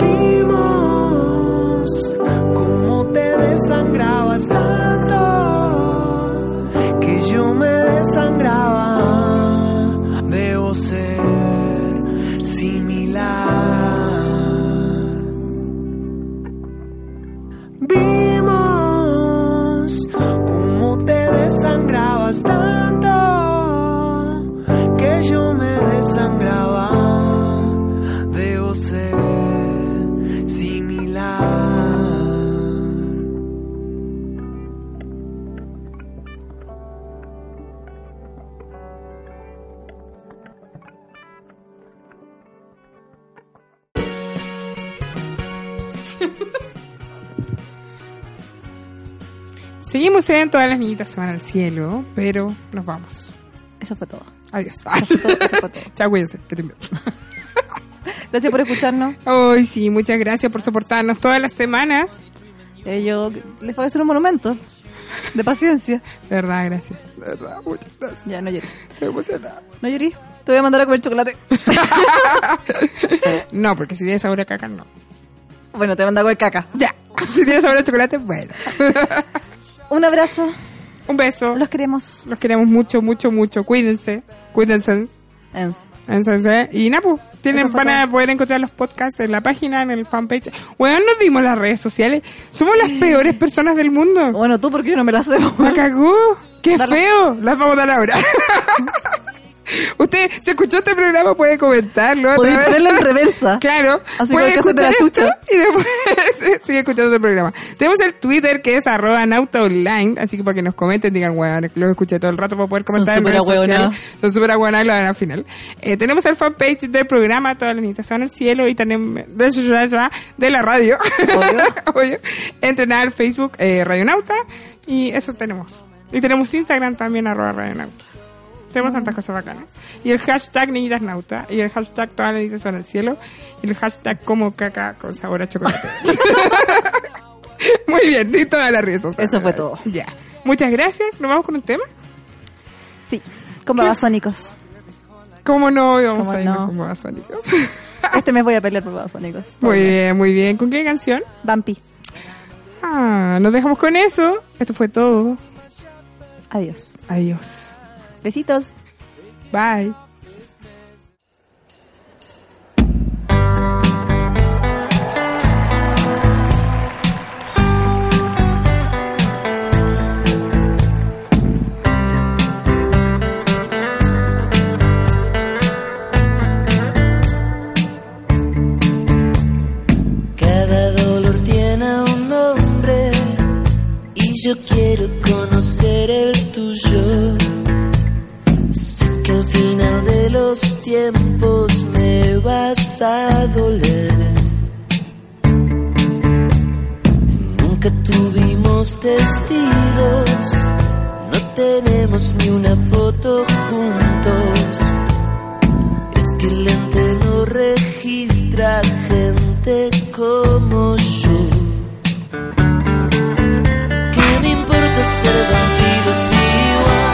Speaker 5: Vimos cómo te desangrabas tanto que yo me desangraba. Debo ser similar. Vimos cómo te desangrabas tanto que yo me desangraba. Debo ser eh, similar.
Speaker 2: Seguimos en todas las niñitas se van al cielo, pero nos vamos.
Speaker 3: Eso fue todo.
Speaker 2: Adiós.
Speaker 3: Eso fue todo.
Speaker 2: Chao, cuídense. que estén bien.
Speaker 3: Gracias por escucharnos.
Speaker 2: Ay, sí, muchas gracias por soportarnos todas las semanas.
Speaker 3: Eh, yo les voy a hacer un monumento. De paciencia.
Speaker 2: De verdad, gracias. De verdad, muchas gracias.
Speaker 3: Ya, no lloré.
Speaker 2: Estoy emocionada.
Speaker 3: No llorí. Te voy a mandar a comer chocolate.
Speaker 2: No, porque si tienes sabor a caca, no.
Speaker 3: Bueno, te mando a comer caca.
Speaker 2: Ya. Si tienes sabor a chocolate, bueno.
Speaker 3: Un abrazo.
Speaker 2: Un beso.
Speaker 3: Los queremos.
Speaker 2: Los queremos mucho, mucho, mucho. Cuídense. Cuídense.
Speaker 3: Ens.
Speaker 2: Entonces, y Napu, tienen,
Speaker 3: Eso fue
Speaker 2: van a poder encontrar los podcasts en la página, en el fanpage. Weón, nos dimos las redes sociales. Somos las peores personas del mundo.
Speaker 3: Bueno, tú porque yo no me la sé.
Speaker 2: La cagó. Qué feo. Las vamos a dar ahora. Usted, si escuchó este programa, puede comentarlo.
Speaker 3: Podéis
Speaker 2: otra vez.
Speaker 3: ponerlo en reversa.
Speaker 2: Claro,
Speaker 3: Así
Speaker 2: puede
Speaker 3: cualquier cosa
Speaker 2: escuchar
Speaker 3: te la
Speaker 2: esto
Speaker 3: chucha.
Speaker 2: y después sigue escuchando el programa. Tenemos el Twitter que es arroba nauta online, así que para que nos comenten, digan, weón, lo escuché todo el rato para poder comentar en
Speaker 3: súper
Speaker 2: redes sociales.
Speaker 3: ahueonados.
Speaker 2: Son súper aguanados y lo van al final. Eh, tenemos el fanpage del programa, todas las niñas en el cielo y tenemos de la radio. Obvio. Entrenar Facebook, eh, Radio Nauta y eso tenemos. Y tenemos Instagram también, arroba Radio Nauta. Tenemos tantas cosas bacanas. Y el hashtag niñitas nauta. Y el hashtag todas las niñitas van al cielo. Y el hashtag como caca con sabor a chocolate. Muy bien, di todas las redes sociales.
Speaker 3: Eso fue todo.
Speaker 2: Ya. Muchas gracias. ¿Nos vamos con un tema?
Speaker 3: Sí. Con babasónicos.
Speaker 2: ¿Cómo no? Y Vamos
Speaker 3: ¿Cómo
Speaker 2: a irnos
Speaker 3: no?
Speaker 2: con Babasónicos.
Speaker 3: Este mes voy a pelear por babasónicos.
Speaker 2: Muy bien, muy bien. ¿Con qué canción?
Speaker 3: Bumpy.
Speaker 2: Ah, nos dejamos con eso. Esto fue todo.
Speaker 3: Adiós.
Speaker 2: Adiós.
Speaker 3: Besitos.
Speaker 2: Bye.
Speaker 11: Cada dolor tiene un nombre y yo quiero conocer el tuyo.
Speaker 5: que al final de los tiempos me vas a doler. Nunca tuvimos testigos, no tenemos ni una foto juntos. Es que el lente no registra gente como yo. ¿Qué me importa ser vampiro si igual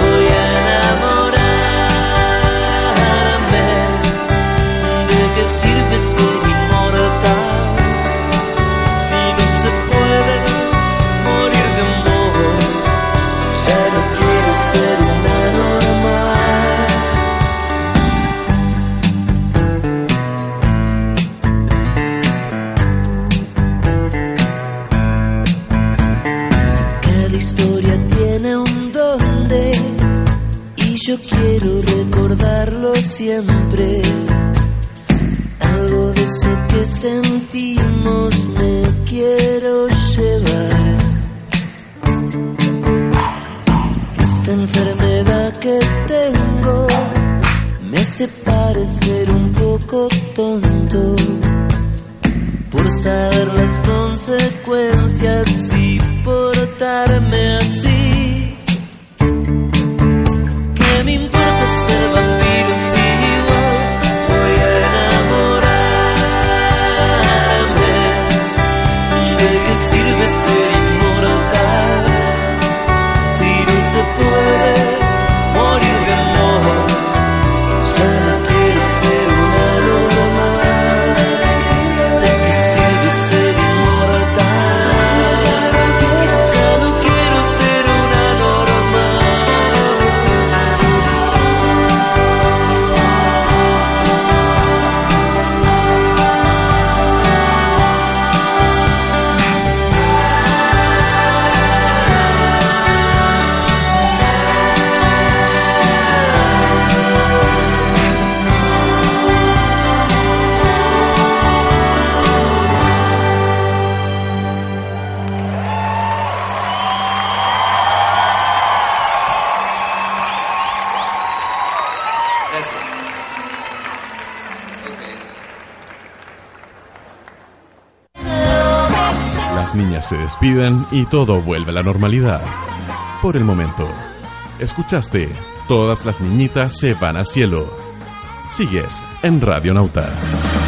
Speaker 5: voy a enamorarme? ¿De qué sirve ser inmortal si no se puede morir de amor? Ya no quiero ser una normal. Cada historia tiene un donde y yo quiero recordarlo siempre. Algo de eso que sentimos me quiero llevar. Esta enfermedad que tengo me hace parecer un poco tonto por saber las consecuencias y portarme así. ¿Qué me importa ser vampiro si igual voy a enamorarme? ¿De qué sirve ser inmortal si no se puede morir de amor? Ya no quiero ser una normal. ¿De qué sirve ser inmortal? Ya no quiero ser una
Speaker 1: Las niñas se despiden y todo vuelve a la normalidad. Por el momento, escuchaste, todas las niñitas se van al cielo. Sigues en Radionauta.